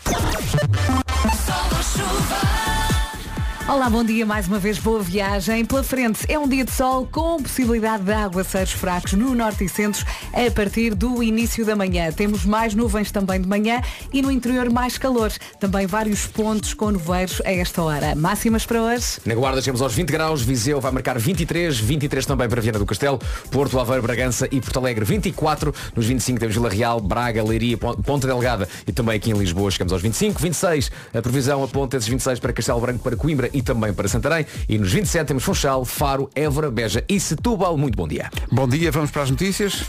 Speaker 4: Olá, bom dia mais uma vez, boa viagem. Pela frente é um dia de sol com possibilidade de aguaceiros fracos no norte e centro a partir do início da manhã. Temos mais nuvens também de manhã e no interior mais calor. Também vários pontos com nevoeiros a esta hora. Máximas para hoje?
Speaker 8: Na Guarda chegamos aos 20 graus, Viseu vai marcar 23, 23 também para Viana do Castelo, Porto, Aveiro, Bragança e Porto Alegre 24, nos 25 temos Vila Real, Braga, Leiria, Pon- Ponta Delgada e também aqui em Lisboa chegamos aos 25, 26, a previsão aponta esses 26 para Castelo Branco, para Coimbra e e também para Santarém. E nos 27 temos Funchal, Faro, Évora, Beja e Setúbal. Muito bom dia.
Speaker 1: Bom dia, vamos para as notícias.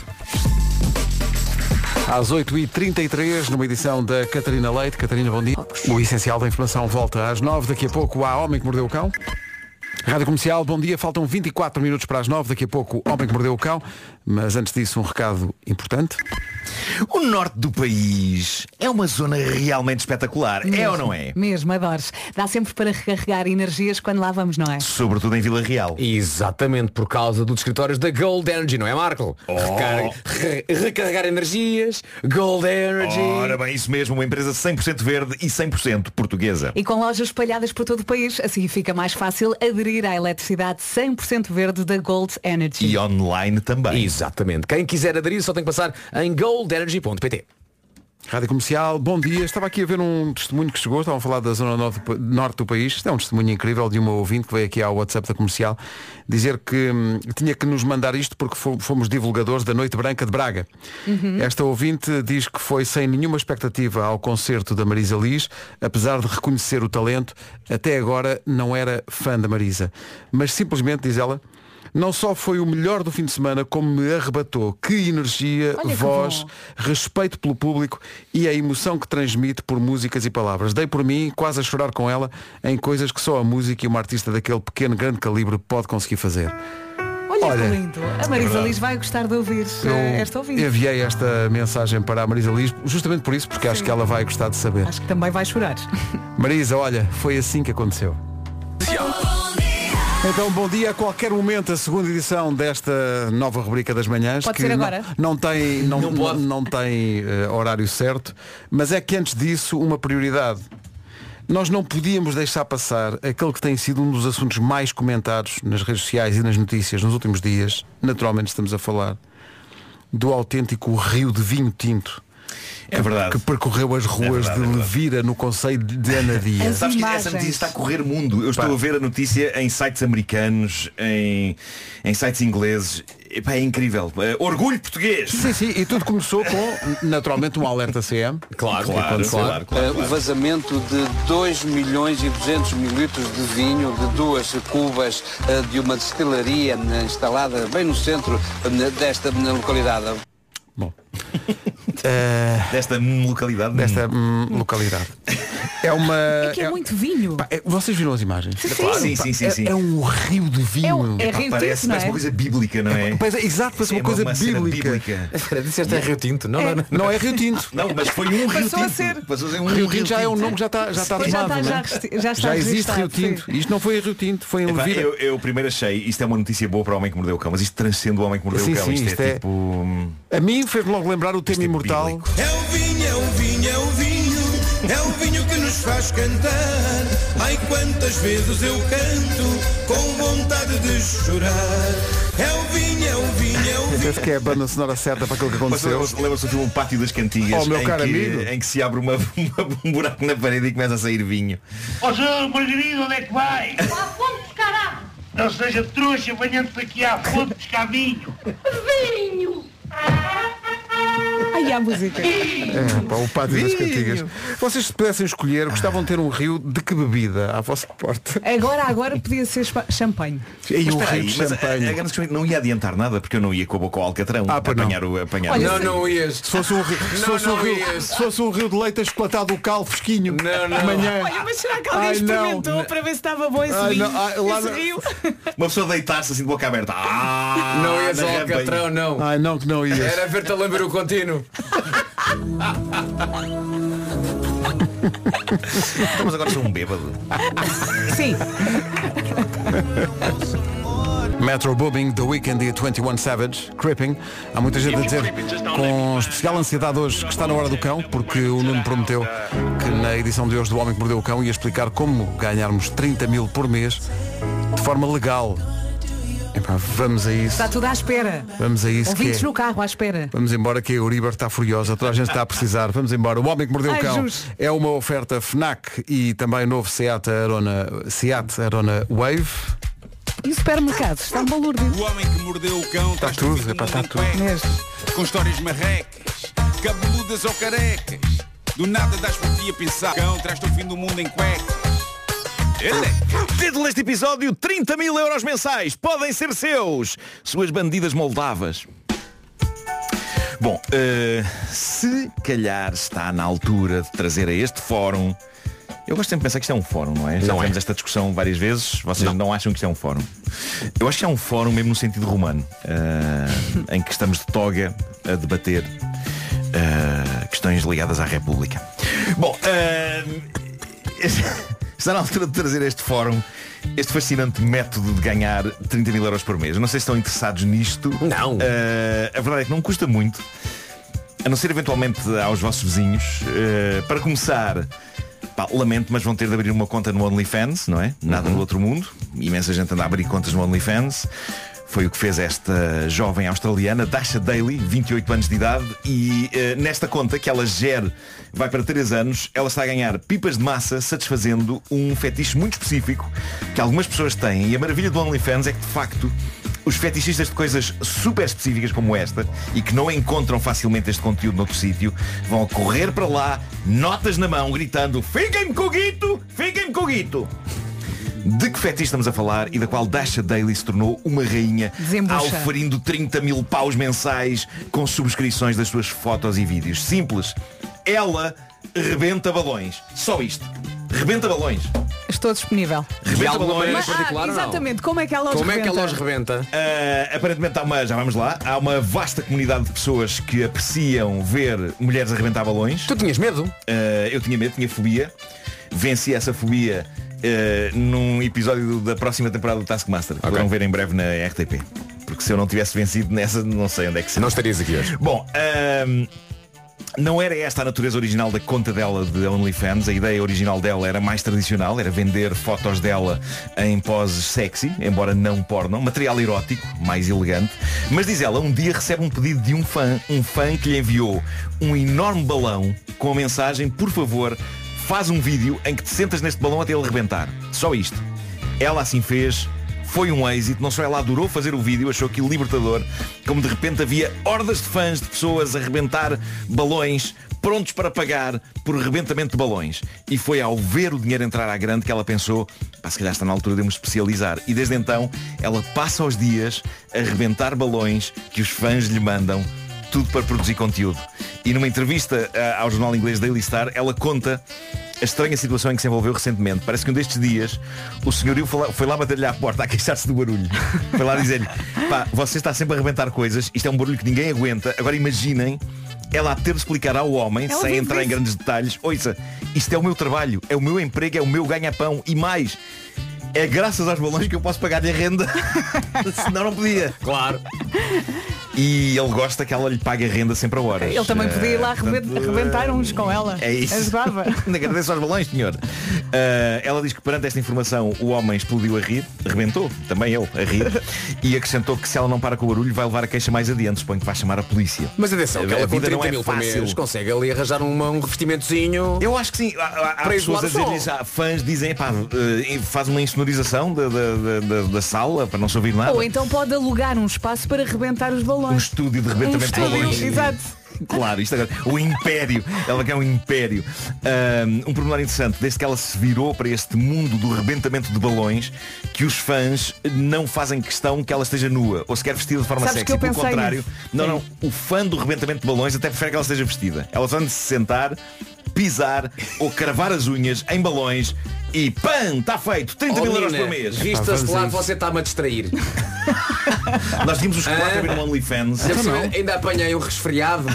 Speaker 1: Às 8h33, numa edição da Catarina Leite. Catarina, bom dia. O essencial da informação volta às 9 Daqui a pouco há Homem que Mordeu o Cão. Rádio Comercial, bom dia. Faltam 24 minutos para as 9. Daqui a pouco Homem que Mordeu o Cão. Mas antes disso, um recado importante.
Speaker 11: O norte do país é uma zona realmente espetacular, é ou não é?
Speaker 4: Mesmo, adores. Dá sempre para recarregar energias quando lá vamos, não é?
Speaker 11: Sobretudo em Vila Real.
Speaker 8: Exatamente por causa dos escritórios da Gold Energy, não é Marco? Recar- re- recarregar energias, Gold Energy.
Speaker 11: Ora bem, isso mesmo, uma empresa 100% verde e 100% portuguesa.
Speaker 4: E com lojas espalhadas por todo o país, assim fica mais fácil aderir à eletricidade 100% verde da Gold Energy.
Speaker 11: E online também.
Speaker 8: Exatamente. Quem quiser aderir só tem que passar em goldenergy.pt.
Speaker 1: Rádio Comercial, bom dia. Estava aqui a ver um testemunho que chegou, estavam a falar da zona norte do, pa- norte do país. Isto é um testemunho incrível de uma ouvinte que veio aqui ao WhatsApp da Comercial dizer que hum, tinha que nos mandar isto porque fo- fomos divulgadores da Noite Branca de Braga.
Speaker 4: Uhum.
Speaker 1: Esta ouvinte diz que foi sem nenhuma expectativa ao concerto da Marisa Liz, apesar de reconhecer o talento, até agora não era fã da Marisa. Mas simplesmente, diz ela, não só foi o melhor do fim de semana, como me arrebatou. Que energia,
Speaker 4: Olha que
Speaker 1: voz,
Speaker 4: bom.
Speaker 1: respeito pelo público e a emoção que transmite por músicas e palavras. Dei por mim, quase a chorar com ela, em coisas que só a música e uma artista daquele pequeno, grande calibre pode conseguir fazer.
Speaker 4: Olha,
Speaker 1: Olha, é
Speaker 4: que lindo. A Marisa Liz vai gostar de ouvir
Speaker 1: Eu
Speaker 4: eh, esta ouvinte.
Speaker 1: enviei esta mensagem para a Marisa Liz, justamente por isso, porque acho que ela vai gostar de saber.
Speaker 4: Acho que também vai chorar.
Speaker 1: Marisa, olha, foi assim que aconteceu. Então, bom dia. A qualquer momento, a segunda edição desta nova rubrica das manhãs.
Speaker 4: Pode
Speaker 1: que
Speaker 4: ser
Speaker 1: não-
Speaker 4: agora?
Speaker 1: Não, tem, não,
Speaker 8: Não
Speaker 1: não,
Speaker 8: pode.
Speaker 1: não tem eh, horário certo, mas é que antes disso, uma prioridade. Nós não podíamos deixar passar aquele que tem sido um dos assuntos mais comentados nas redes sociais e nas notícias nos últimos dias. Naturalmente, estamos a falar do autêntico rio de vinho tinto
Speaker 11: É verdade.
Speaker 1: que percorreu as ruas
Speaker 11: verdade, é
Speaker 1: de
Speaker 11: verdade.
Speaker 1: Levira, no Conselho de Anadia.
Speaker 4: As
Speaker 11: Sabes que essa
Speaker 4: imagens.
Speaker 11: notícia está a correr o mundo. Eu estou a ver a notícia em sites americanos, em, em sites ingleses. Epá, é incrível. Eh, Orgulho português.
Speaker 1: Sim, sim, e tudo começou com, naturalmente, um alerta CM.
Speaker 8: Claro,
Speaker 1: é
Speaker 11: Claro,
Speaker 8: claro,
Speaker 11: claro, claro,
Speaker 12: O
Speaker 11: claro.
Speaker 12: vazamento de 2 milhões e 200 mil litros de vinho de duas cubas eh, de uma destilaria eh, instalada bem no centro eh, desta eh, localidade.
Speaker 1: Bom. Eh,
Speaker 11: Desta hum, localidade.
Speaker 1: desta hum, localidade. É uma.
Speaker 4: É que é, muito vinho.
Speaker 1: pá, é- vocês viram as imagens?
Speaker 11: Sim, Claro. sim, sim, sim,
Speaker 1: É-
Speaker 11: sim.
Speaker 1: É, um rio de
Speaker 4: É
Speaker 1: vinho.
Speaker 4: um- é
Speaker 1: Pá,
Speaker 4: rio
Speaker 11: Parece,
Speaker 4: tinto, não
Speaker 11: parece
Speaker 4: é?
Speaker 11: uma coisa bíblica, não é?
Speaker 1: pois é, exato, parece
Speaker 11: É
Speaker 1: uma coisa
Speaker 11: cena
Speaker 1: bíblica.
Speaker 8: Disseste é Rio Tinto? Não, não, não.
Speaker 1: Não é Rio Tinto.
Speaker 11: Não, mas foi um Rio
Speaker 4: Passou a
Speaker 11: Tinto.
Speaker 4: ser.
Speaker 11: Passou a ser um
Speaker 1: Rio Tinto já é um nome que já está já está
Speaker 4: Pois já
Speaker 1: tomado,
Speaker 4: está,
Speaker 1: não
Speaker 4: já,
Speaker 1: é?
Speaker 4: resti- já está
Speaker 1: Já existe Rio
Speaker 4: registado, sim.
Speaker 1: Tinto. Isto não foi em Rio Tinto, foi um em
Speaker 11: Epá,
Speaker 1: Levira.
Speaker 11: eu, eu primeiro achei, isto é uma notícia boa para o homem que mordeu o cão, mas isto transcende o homem que mordeu
Speaker 1: Sim,
Speaker 11: o cão.
Speaker 1: sim,
Speaker 11: isto,
Speaker 1: isto
Speaker 11: é,
Speaker 1: é-
Speaker 11: tipo. hum,
Speaker 1: A mim fez-me logo lembrar o tema
Speaker 11: é
Speaker 1: imortal.
Speaker 11: bíblico.
Speaker 7: É o vinho, é o vinho, é o vinho, é o vinho que nos faz cantar. Ai, quantas vezes eu canto com vontade de chorar. É o vinho, é o vinho, é o vinho.
Speaker 1: Penso que é a banda sonora certa para aquilo que
Speaker 11: Mas
Speaker 1: aconteceu.
Speaker 11: lembra-se lembra-se do filme O Pátio das Cantigas
Speaker 1: Oh, meu
Speaker 11: em,
Speaker 1: caro
Speaker 11: que,
Speaker 1: amigo.
Speaker 11: em que se abre uma, uma- um buraco na parede e começa a sair vinho.
Speaker 13: Ó João, Margarida, onde é que vai?
Speaker 6: Lá fomos, caralho!
Speaker 13: Não seja trouxa, venham te aqui à fonte buscar vinho.
Speaker 6: Vinho!
Speaker 4: Ai, a música.
Speaker 1: É, pá, o pátio das cantigas. Vocês se pudessem escolher, gostavam de ter um rio de que bebida à vossa porta?
Speaker 4: Agora, agora podia ser espa- champanhe.
Speaker 1: E aí um
Speaker 11: Espera
Speaker 1: rio de
Speaker 11: aí, mas a-
Speaker 1: champanhe.
Speaker 11: a grande questão é que não ia adiantar nada porque eu não ia com a boca ao Alcatrão
Speaker 1: Ah,
Speaker 11: para
Speaker 1: pois não.
Speaker 11: apanhar o apanhar o-
Speaker 4: Olha,
Speaker 8: Não, não ias.
Speaker 1: Se fosse um rio, se
Speaker 8: Não,
Speaker 1: fosse um
Speaker 8: não,
Speaker 1: rio,
Speaker 8: Inês.
Speaker 1: se fosse um rio de leite esplatado o cal fresquinho
Speaker 8: Não, não.
Speaker 1: amanhã.
Speaker 4: Olha, mas será que
Speaker 1: alguém
Speaker 4: alguém
Speaker 1: Ai, não. experimentou
Speaker 4: experimentou
Speaker 1: Não.
Speaker 4: para ver se estava bom esse
Speaker 1: Ai, não.
Speaker 4: vinho?
Speaker 1: vinho? Ai, lá Esse não. rio?
Speaker 11: Uma pessoa deitar-se assim de boca aberta. Ah,
Speaker 8: Não ias
Speaker 11: na
Speaker 8: ao
Speaker 11: rampa.
Speaker 8: Alcatrão,
Speaker 11: Ah.
Speaker 8: não.
Speaker 1: Ai não que não ia.
Speaker 8: Era ver-te a lamber o contínuo.
Speaker 11: Então, mas agora sou um bêbado.
Speaker 4: Sim.
Speaker 1: Metro Booming, The Weekend e 21 Savage, Creeping. Há muita gente a dizer com especial ansiedade hoje que está na hora do cão, porque o Nuno prometeu que na edição de hoje do Homem que Mordeu o Cão ia explicar como ganharmos 30 mil por mês de forma legal. Epá, vamos a isso.
Speaker 4: Está tudo à espera.
Speaker 1: Vamos a isso que é.
Speaker 4: Ouvintes no carro à espera.
Speaker 1: Vamos embora que a Uribar está furiosa, toda a gente está a precisar. Vamos embora. O Homem que Mordeu o
Speaker 4: Ai,
Speaker 1: Cão
Speaker 4: jus.
Speaker 1: é uma oferta FNAC e também novo Seat Arona, Seat Arona Wave.
Speaker 4: E o supermercado? Está um balúrdio.
Speaker 7: O homem que mordeu o cão está
Speaker 1: tudo, epá, tá tudo.
Speaker 7: Com histórias marrecas, cabeludas ou carecas. Do nada das por ti a pensar. Cão traz-te o fim do mundo em cuecas.
Speaker 11: Título deste episódio: 30 mil euros mensais podem ser seus. Suas bandidas moldavas. Bom, eh, se calhar está na altura de trazer a este fórum. Eu gosto sempre de pensar que isto é um fórum, não é? Já
Speaker 8: Não é.
Speaker 11: tivemos esta discussão várias vezes. Vocês não. acham que isto é um fórum? Eu acho que é um fórum mesmo no sentido romano, eh, em que estamos de toga a debater eh, questões ligadas à República. Bom, eh, está na altura de trazer a este fórum este fascinante método de ganhar 30 mil euros por mês. Eu Não sei se estão interessados nisto. Não. a verdade é que não custa muito, a não ser eventualmente aos vossos vizinhos. Eh, para começar, pá, lamento, mas vão ter de abrir uma conta no OnlyFans, não é? Nada no outro mundo. Imensa gente anda a abrir contas no OnlyFans. Foi o que fez esta jovem australiana, Dasha Daly, 28 anos de idade, e eh, nesta conta que ela gera, vai para 3 anos, ela está a ganhar pipas de massa satisfazendo um fetiche muito específico que algumas pessoas têm. E a maravilha do OnlyFans é que, de facto, os fetichistas de coisas super específicas como esta e que não encontram facilmente este conteúdo noutro sítio vão correr para lá, notas na mão, gritando Fiquem-me com o guito! Fiquem-me com o guito! De que fetiche estamos a falar e da qual Dasha Daily se tornou uma rainha
Speaker 4: Desembucha.
Speaker 11: oferindo 30 mil paus mensais com subscrições das suas fotos e vídeos. Simples. Ela rebenta balões. Só isto. Rebenta balões.
Speaker 4: Estou disponível.
Speaker 11: Rebenta
Speaker 4: Mas, ah, exatamente, como é que ela os rebenta?
Speaker 11: rebenta? Ah, aparentemente há uma, já vamos lá, há uma vasta comunidade de pessoas que apreciam ver mulheres a arrebentar balões. Tu tinhas medo? Eh, eu tinha medo, tinha fobia. Venci essa fobia uh, num episódio do- da próxima temporada do Taskmaster, que vão ver em breve na RTP. Porque se eu não tivesse vencido nessa, não sei onde é que seria. Não estarias aqui hoje. Bom, ahm, não era esta a natureza original da conta dela de OnlyFans. A ideia original dela era mais tradicional, era vender fotos dela em poses sexy, embora não porno, material erótico, mais elegante. Mas diz ela, um dia recebe um pedido de um fã, um fã que lhe enviou um enorme balão com a mensagem, por favor, faz um vídeo em que te sentas neste balão até ele rebentar. Só isto. Ela assim fez, foi um êxito, não só ela adorou fazer o vídeo, achou aquilo libertador, como de repente havia hordas de fãs de pessoas a rebentar balões, prontos para pagar por rebentamento de balões. E foi ao ver o dinheiro entrar à grande que ela pensou, "Pá, se calhar está na altura de eu me especializar. E desde então, ela passa os dias a rebentar balões que os fãs lhe mandam tudo para produzir conteúdo. E numa entrevista ah, ao jornal inglês Daily Star, ela conta a estranha situação em que se envolveu recentemente. Parece que um destes dias o senhorio foi lá, foi lá bater-lhe à porta a queixar-se do barulho. Foi lá dizer-lhe, pá, você está sempre a arrebentar coisas, isto é um barulho que ninguém aguenta. Agora imaginem ela a ter de explicar ao homem,
Speaker 14: Ela
Speaker 11: sem
Speaker 14: vive
Speaker 11: entrar em
Speaker 14: disso.
Speaker 11: grandes detalhes, ouça, isto é o meu trabalho, é o meu emprego, é o meu ganha-pão e mais. É graças aos balões que eu posso pagar-lhe a renda. Senão não podia. Claro. E ele gosta que ela lhe pague a renda sempre a horas.
Speaker 4: Ele também podia ir lá
Speaker 11: Eh,
Speaker 4: arrebent-
Speaker 11: portanto,
Speaker 4: arrebentar uns com ela.
Speaker 11: É isso.
Speaker 4: Ajudava.
Speaker 11: Ainda agradeço aos balões, senhor. Eh, ela diz que perante esta informação o homem explodiu a rir, rebentou, também ele a rir, e acrescentou que se ela não para com o barulho vai levar a queixa mais adiante, suponho que vai chamar a polícia.
Speaker 8: Mas atenção, que
Speaker 11: A
Speaker 8: ela com
Speaker 11: vida
Speaker 8: 30
Speaker 11: não é
Speaker 8: mil por
Speaker 11: fácil.
Speaker 8: mês consegue ali arranjar uma- um revestimentozinho.
Speaker 11: Eu acho que sim. Há
Speaker 8: para
Speaker 11: pessoas
Speaker 8: isolar
Speaker 11: a
Speaker 8: o
Speaker 11: dizer
Speaker 8: som.
Speaker 11: já, fãs dizem, pá, eh, faz uma insonorização da, da- da- da- da sala para não se ouvir nada.
Speaker 4: Ou então pode alugar um espaço para rebentar os
Speaker 11: Um
Speaker 4: balões.
Speaker 11: estúdio de rebentamento de
Speaker 4: estúdio,
Speaker 11: balões.
Speaker 4: exato.
Speaker 11: Claro, isto agora. O império. Ela quer um império. Um, um pormenor interessante, desde que ela se virou para este mundo do rebentamento de balões, que os fãs não fazem questão que ela esteja nua ou sequer vestida de forma
Speaker 14: Sabes
Speaker 11: sexy.
Speaker 14: que eu
Speaker 11: Pelo
Speaker 14: pensei
Speaker 11: contrário,
Speaker 14: nisso.
Speaker 11: não, não. O fã do rebentamento de balões até prefere que ela esteja vestida. Ela só tem de se sentar, pisar ou cravar as unhas em balões e pam! Está feito! 30 mil
Speaker 8: Oh,
Speaker 11: euros por
Speaker 8: Nina,
Speaker 11: mês.
Speaker 8: Vista-se lá que você está-me a distrair.
Speaker 11: Nós tínhamos os quatro
Speaker 8: Ah.
Speaker 11: a ver no OnlyFans.
Speaker 8: Ainda, por cima, ainda apanhei um resfriado.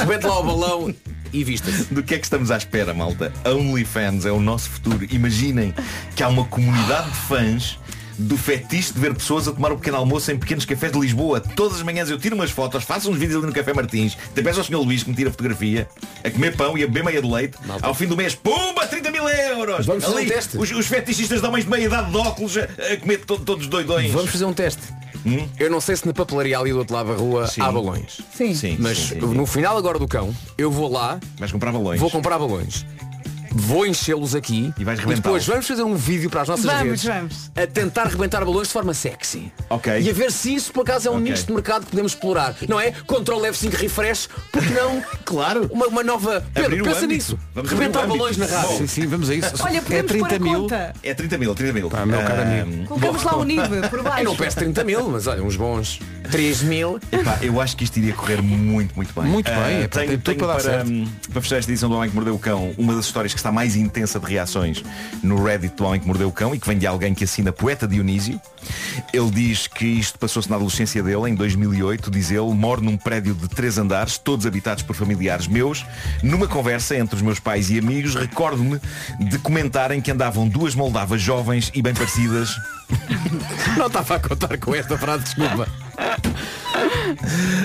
Speaker 8: Rebente lá o balão e vista-se.
Speaker 11: Do que é que estamos à espera, malta? A OnlyFans é o nosso futuro. Imaginem que há uma comunidade de fãs do fetiche de ver pessoas a tomar o pequeno almoço em pequenos cafés de Lisboa. Todas as manhãs eu tiro umas fotos, faço uns vídeos ali no Café Martins, até peço ao Sr. Luís que me tira a fotografia, a comer pão e a beber meia de leite. Ao fim do mês, pumba, 30 mil euros!
Speaker 8: Vamos fazer
Speaker 11: Ali,
Speaker 8: um teste.
Speaker 11: Os, os fetichistas de homens de meia idade de óculos a, a comer to- todos doidões.
Speaker 8: Vamos fazer um teste. Eu não sei se na papelaria ali do outro lado da rua há balões.
Speaker 4: Sim.
Speaker 8: Mas no final agora do cão, eu vou lá.
Speaker 11: Vais comprar balões.
Speaker 8: Vou comprar balões. Vou enchê-los aqui e vais depois
Speaker 11: rebentá-los.
Speaker 8: vamos fazer um vídeo para as nossas
Speaker 14: Vamos,
Speaker 8: redes
Speaker 14: vamos.
Speaker 8: a tentar rebentar balões de forma sexy.
Speaker 11: Ok.
Speaker 8: E a ver se isso por acaso é um
Speaker 11: Ok.
Speaker 8: nicho de mercado que podemos explorar. Não é? Control F5 refresh, porque não?
Speaker 11: claro.
Speaker 8: Uma, uma nova. Pedro,
Speaker 11: Abrir o
Speaker 8: pensa
Speaker 11: âmbito.
Speaker 8: nisso.
Speaker 11: Vamos abrir
Speaker 8: rebentar
Speaker 11: o âmbito.
Speaker 8: balões na
Speaker 1: Ah,
Speaker 8: rádio.
Speaker 11: Bom. Sim, sim, vamos a isso. Olha, É podemos 30 pôr a mil. conta. É 30 mil, 30 mil.
Speaker 1: Ah, meu caro amigo.
Speaker 4: Colocamos lá o NIB por baixo.
Speaker 8: Eu não peço 30 mil, mas olha, uns bons 3 mil.
Speaker 11: Epá, eu acho que isto iria correr muito, muito bem.
Speaker 8: Muito bem,
Speaker 11: Ah,
Speaker 8: é,
Speaker 11: tenho,
Speaker 8: tem tudo
Speaker 11: tenho
Speaker 8: para dar
Speaker 11: para,
Speaker 8: certo.
Speaker 11: hum, para fechar esta edição do Homem que Mordeu o Cão, uma das histórias que está mais intensa de reações no Reddit do Homem que Mordeu o Cão e que vem de alguém que assina Poeta Dionísio. Ele diz que isto passou-se na adolescência dele, em 2008, diz ele, moro num prédio de três andares, todos habitados por familiares meus. Numa conversa entre os meus pais e amigos, recordo-me de comentarem que andavam duas moldavas jovens e bem parecidas.
Speaker 8: Não estava a contar com esta frase, desculpa.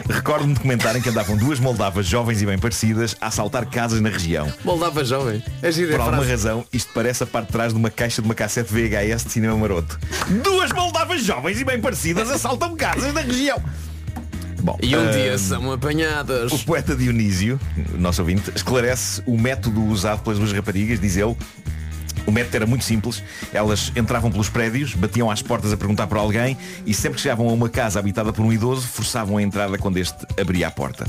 Speaker 11: Recordo-me de comentarem que andavam duas moldavas jovens e bem parecidas a assaltar casas na região.
Speaker 8: Moldava jovem. É giro, é
Speaker 11: Por alguma
Speaker 8: frase.
Speaker 11: razão, isto parece a parte de trás de uma caixa de uma cassete VHS de cinema maroto. Duas moldavas jovens e bem parecidas assaltam casas na região. Bom,
Speaker 8: E um
Speaker 11: ah,
Speaker 8: dia são apanhadas.
Speaker 11: O poeta Dionísio, nosso ouvinte, esclarece o método usado pelas duas raparigas, diz ele. O método era muito simples. Elas entravam pelos prédios, batiam às portas a perguntar por alguém e sempre que chegavam a uma casa habitada por um idoso, forçavam a entrada quando este abria a porta.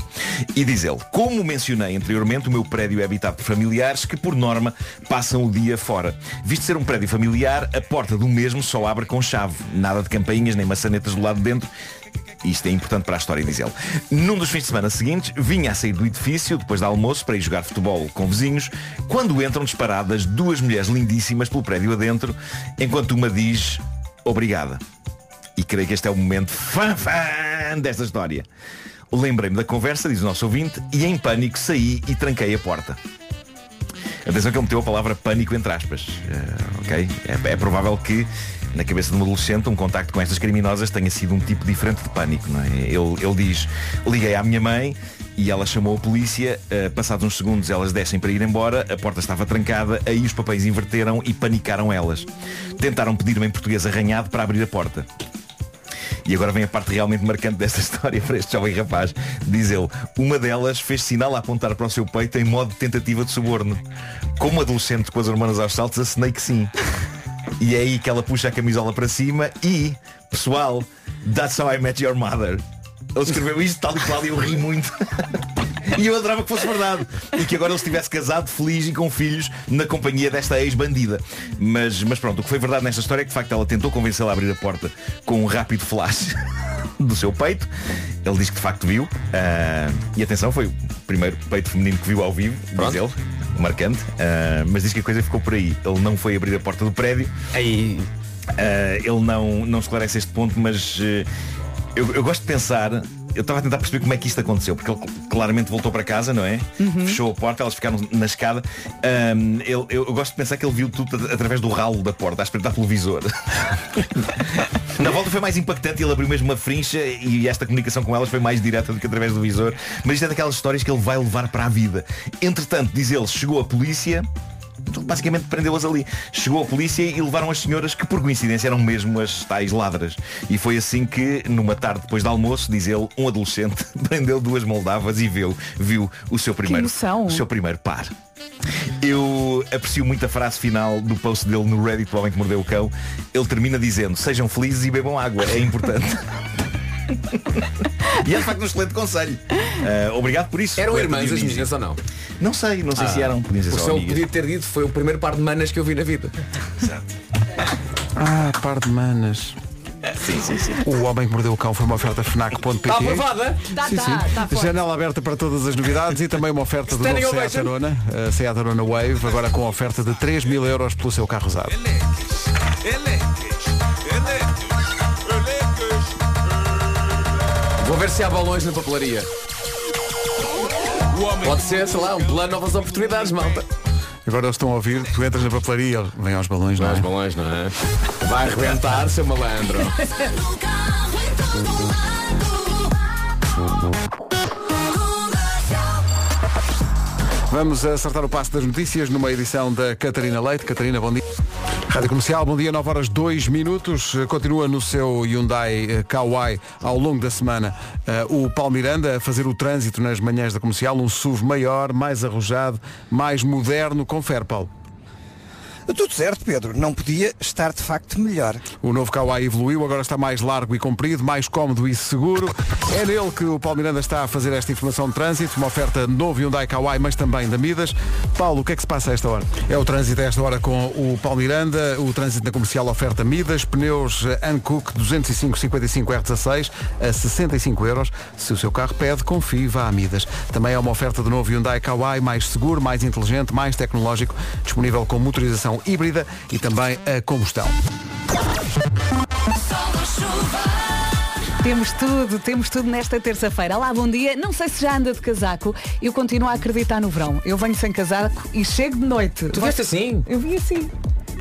Speaker 11: E diz ele, como mencionei anteriormente, o meu prédio é habitado por familiares que, por norma, passam o dia fora. Visto ser um prédio familiar, a porta do mesmo só abre com chave. Nada de campainhas nem maçanetas do lado de dentro. Isto é importante para a história, diz ele. Num dos fins de semana seguintes, vinha a sair do edifício, depois do almoço, para ir jogar futebol com vizinhos, quando entram disparadas duas mulheres lindíssimas pelo prédio adentro, enquanto uma diz obrigada. E creio que este é o momento fan-fan desta história. Lembrei-me da conversa, diz o nosso ouvinte, e em pânico saí e tranquei a porta. Atenção que ele meteu a palavra pânico entre aspas. Eh, ok? É, é provável que na cabeça de um adolescente um contacto com estas criminosas tenha sido um tipo diferente de pânico. Não é? ele, ele diz, liguei à minha mãe e ela chamou a polícia, eh, passados uns segundos elas descem para ir embora, a porta estava trancada, aí os papéis inverteram e panicaram elas. Tentaram pedir-me em português arranhado para abrir a porta. E agora vem a parte realmente marcante desta história para este jovem rapaz. Diz ele, uma delas fez sinal a apontar para o seu peito em modo de tentativa de suborno. Como adolescente com as hormonas aos saltos, acenei que sim. E é aí que ela puxa a camisola para cima e, pessoal, that's how I met your mother. Ele escreveu isto tal e qual e eu ri muito. E eu adorava que fosse verdade E que agora ele estivesse casado, feliz e com filhos Na companhia desta ex-bandida mas, mas pronto, o que foi verdade nesta história É que de facto ela tentou convencê-la a abrir a porta Com um rápido flash do seu peito Ele diz que de facto viu Ah, E atenção, foi o primeiro peito feminino que viu ao vivo Diz ele, marcante Ah, Mas diz que a coisa ficou por aí Ele não foi abrir a porta do prédio Aí... Eh, ele não, não esclarece este ponto, mas eh, eu, eu gosto de pensar, eu estava a tentar perceber como é que isto aconteceu, porque ele cl- claramente voltou para casa, não é? Fechou a porta, elas ficaram na escada. Ahm, ele- eu, eu gosto de pensar que ele viu tudo at- através do ralo da porta, a espreitar pelo visor. na volta foi mais impactante, ele abriu mesmo uma frincha e esta comunicação com elas foi mais direta do que através do visor. Mas isto é daquelas histórias que ele vai levar para a vida. Entretanto, diz ele, chegou a polícia. Então, basicamente prendeu-as ali. Chegou a polícia e levaram as senhoras que por coincidência eram mesmo as tais ladras. E foi assim que, numa tarde depois de almoço, diz ele, um adolescente prendeu duas moldavas e viu, viu o seu primeiro,
Speaker 4: emoção.
Speaker 11: o seu primeiro par. Eu aprecio muito a frase final do post dele no Reddit do Homem que Mordeu o Cão. Ele termina dizendo, sejam felizes e bebam água, é importante. e é de facto um excelente conselho. Ah, obrigado por isso.
Speaker 8: Eram
Speaker 11: Poeta
Speaker 8: irmãs as
Speaker 11: Dionísio.
Speaker 8: meninas ou não?
Speaker 11: Não sei, não sei
Speaker 1: Ah.
Speaker 11: se eram. Podiam ser
Speaker 8: é O
Speaker 11: só
Speaker 1: é
Speaker 8: seu
Speaker 11: amigas.
Speaker 8: podia ter dito foi o primeiro par de manas que eu vi na vida.
Speaker 1: Ah, par de manas.
Speaker 11: Sim, sim, sim.
Speaker 1: O Homem que Mordeu o Cão foi uma oferta FNAC.pt
Speaker 8: Está aprovada?
Speaker 4: Tá,
Speaker 1: Sim,
Speaker 4: tá,
Speaker 1: sim.
Speaker 4: tá forte.
Speaker 1: Janela aberta para todas as novidades e também uma oferta do novo
Speaker 4: Standing
Speaker 1: Seat
Speaker 4: ovation.
Speaker 1: Arona, a Seat Arona Wave, agora com oferta de 3 mil euros pelo seu carro usado.
Speaker 8: Vou ver se há balões na papelaria. Pode ser, sei lá, um plano novas oportunidades, malta.
Speaker 1: Agora eles estão a ouvir, tu entras na papelaria, vem aos balões, não é?
Speaker 8: Aos balões, não é? Vai arrebentar, seu malandro.
Speaker 1: Vamos acertar o passo das notícias numa edição da Catarina Leite. Catarina, bom dia. Rádio Comercial, bom dia, 9 horas 2 minutos. Eh, Continua no seu Hyundai eh, Kauai ao longo da semana eh, o Paulo Miranda a fazer o trânsito nas manhãs da comercial, um SUV maior, mais arrojado, mais moderno. Confere, Paulo.
Speaker 5: Tudo certo, Pedro. Não podia estar de facto melhor.
Speaker 1: O novo Kauai evoluiu, agora está mais largo e comprido, mais cómodo e seguro. É nele que o Paulo Miranda está a fazer esta informação de trânsito, uma oferta novo Hyundai Kauai, mas também da Midas. Paulo, o que é que se passa a esta hora? É o trânsito a esta hora com o Paulo Miranda, o trânsito na comercial oferta Midas, pneus Ancook 205-55R16 a 65 euros. Se o seu carro pede, confie, vá a Midas. Também é uma oferta do novo Hyundai Kauai, mais seguro, mais inteligente, mais tecnológico, disponível com motorização híbrida e também a combustão.
Speaker 4: Temos tudo, temos tudo nesta terça-feira. Olá, bom dia. Não sei se já anda de casaco. Eu continuo a acreditar no verão. Eu venho sem casaco e chego de noite.
Speaker 8: Tu vieste assim?
Speaker 4: Eu vim assim.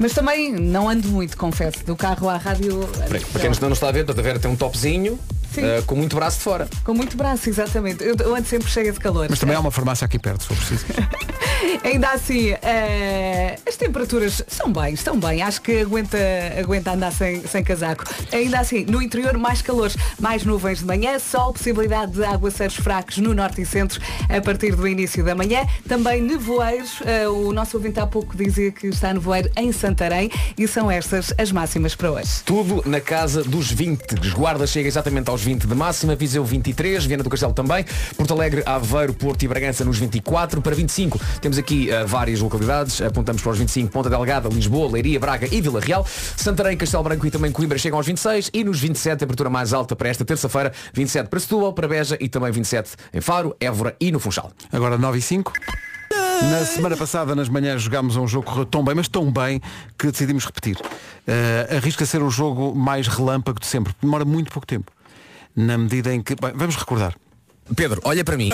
Speaker 4: Mas também não ando muito, confesso. Do carro à rádio.
Speaker 8: Para, para quem não está a ver, portanto, a Vera tem um topzinho
Speaker 4: Sim.
Speaker 8: eh, com muito braço de fora.
Speaker 4: Com muito braço, exatamente. Eu, eu ando sempre cheia de calor.
Speaker 1: Mas também há uma farmácia aqui perto, se for preciso.
Speaker 4: Ainda assim, eh, as temperaturas são bem, estão bem. Acho que aguenta, aguenta andar sem, sem casaco. Ainda assim, no interior, mais calores, mais nuvens de manhã, sol, possibilidade de aguaceiros fracos no norte e centro a partir do início da manhã. Também nevoeiros. eh, o nosso ouvinte há pouco dizia que está nevoeiro em Santarém e são estas as máximas para hoje.
Speaker 8: Tudo na casa dos 20. Os guardas chega exatamente aos 20 de máxima, Viseu 23, Viana do Castelo também, Porto Alegre, Aveiro, Porto e Bragança nos 24, para 25 temos aqui eh, várias localidades, apontamos para os 25, Ponta Delgada, Lisboa, Leiria, Braga e Vila Real, Santarém, Castelo Branco e também Coimbra chegam aos 26 e nos 27 a temperatura mais alta para esta terça-feira, 27 para Setúbal, para Beja e também 27 em Faro, Évora e no Funchal.
Speaker 1: Agora 9 e 5. Na semana passada, nas manhãs, jogámos um jogo que correu tão bem, mas tão bem, que decidimos repetir. Eh, arrisca ser o jogo mais relâmpago de sempre. porque Demora muito pouco tempo. Na medida em que... bem, vamos recordar.
Speaker 8: Pedro, olha para mim.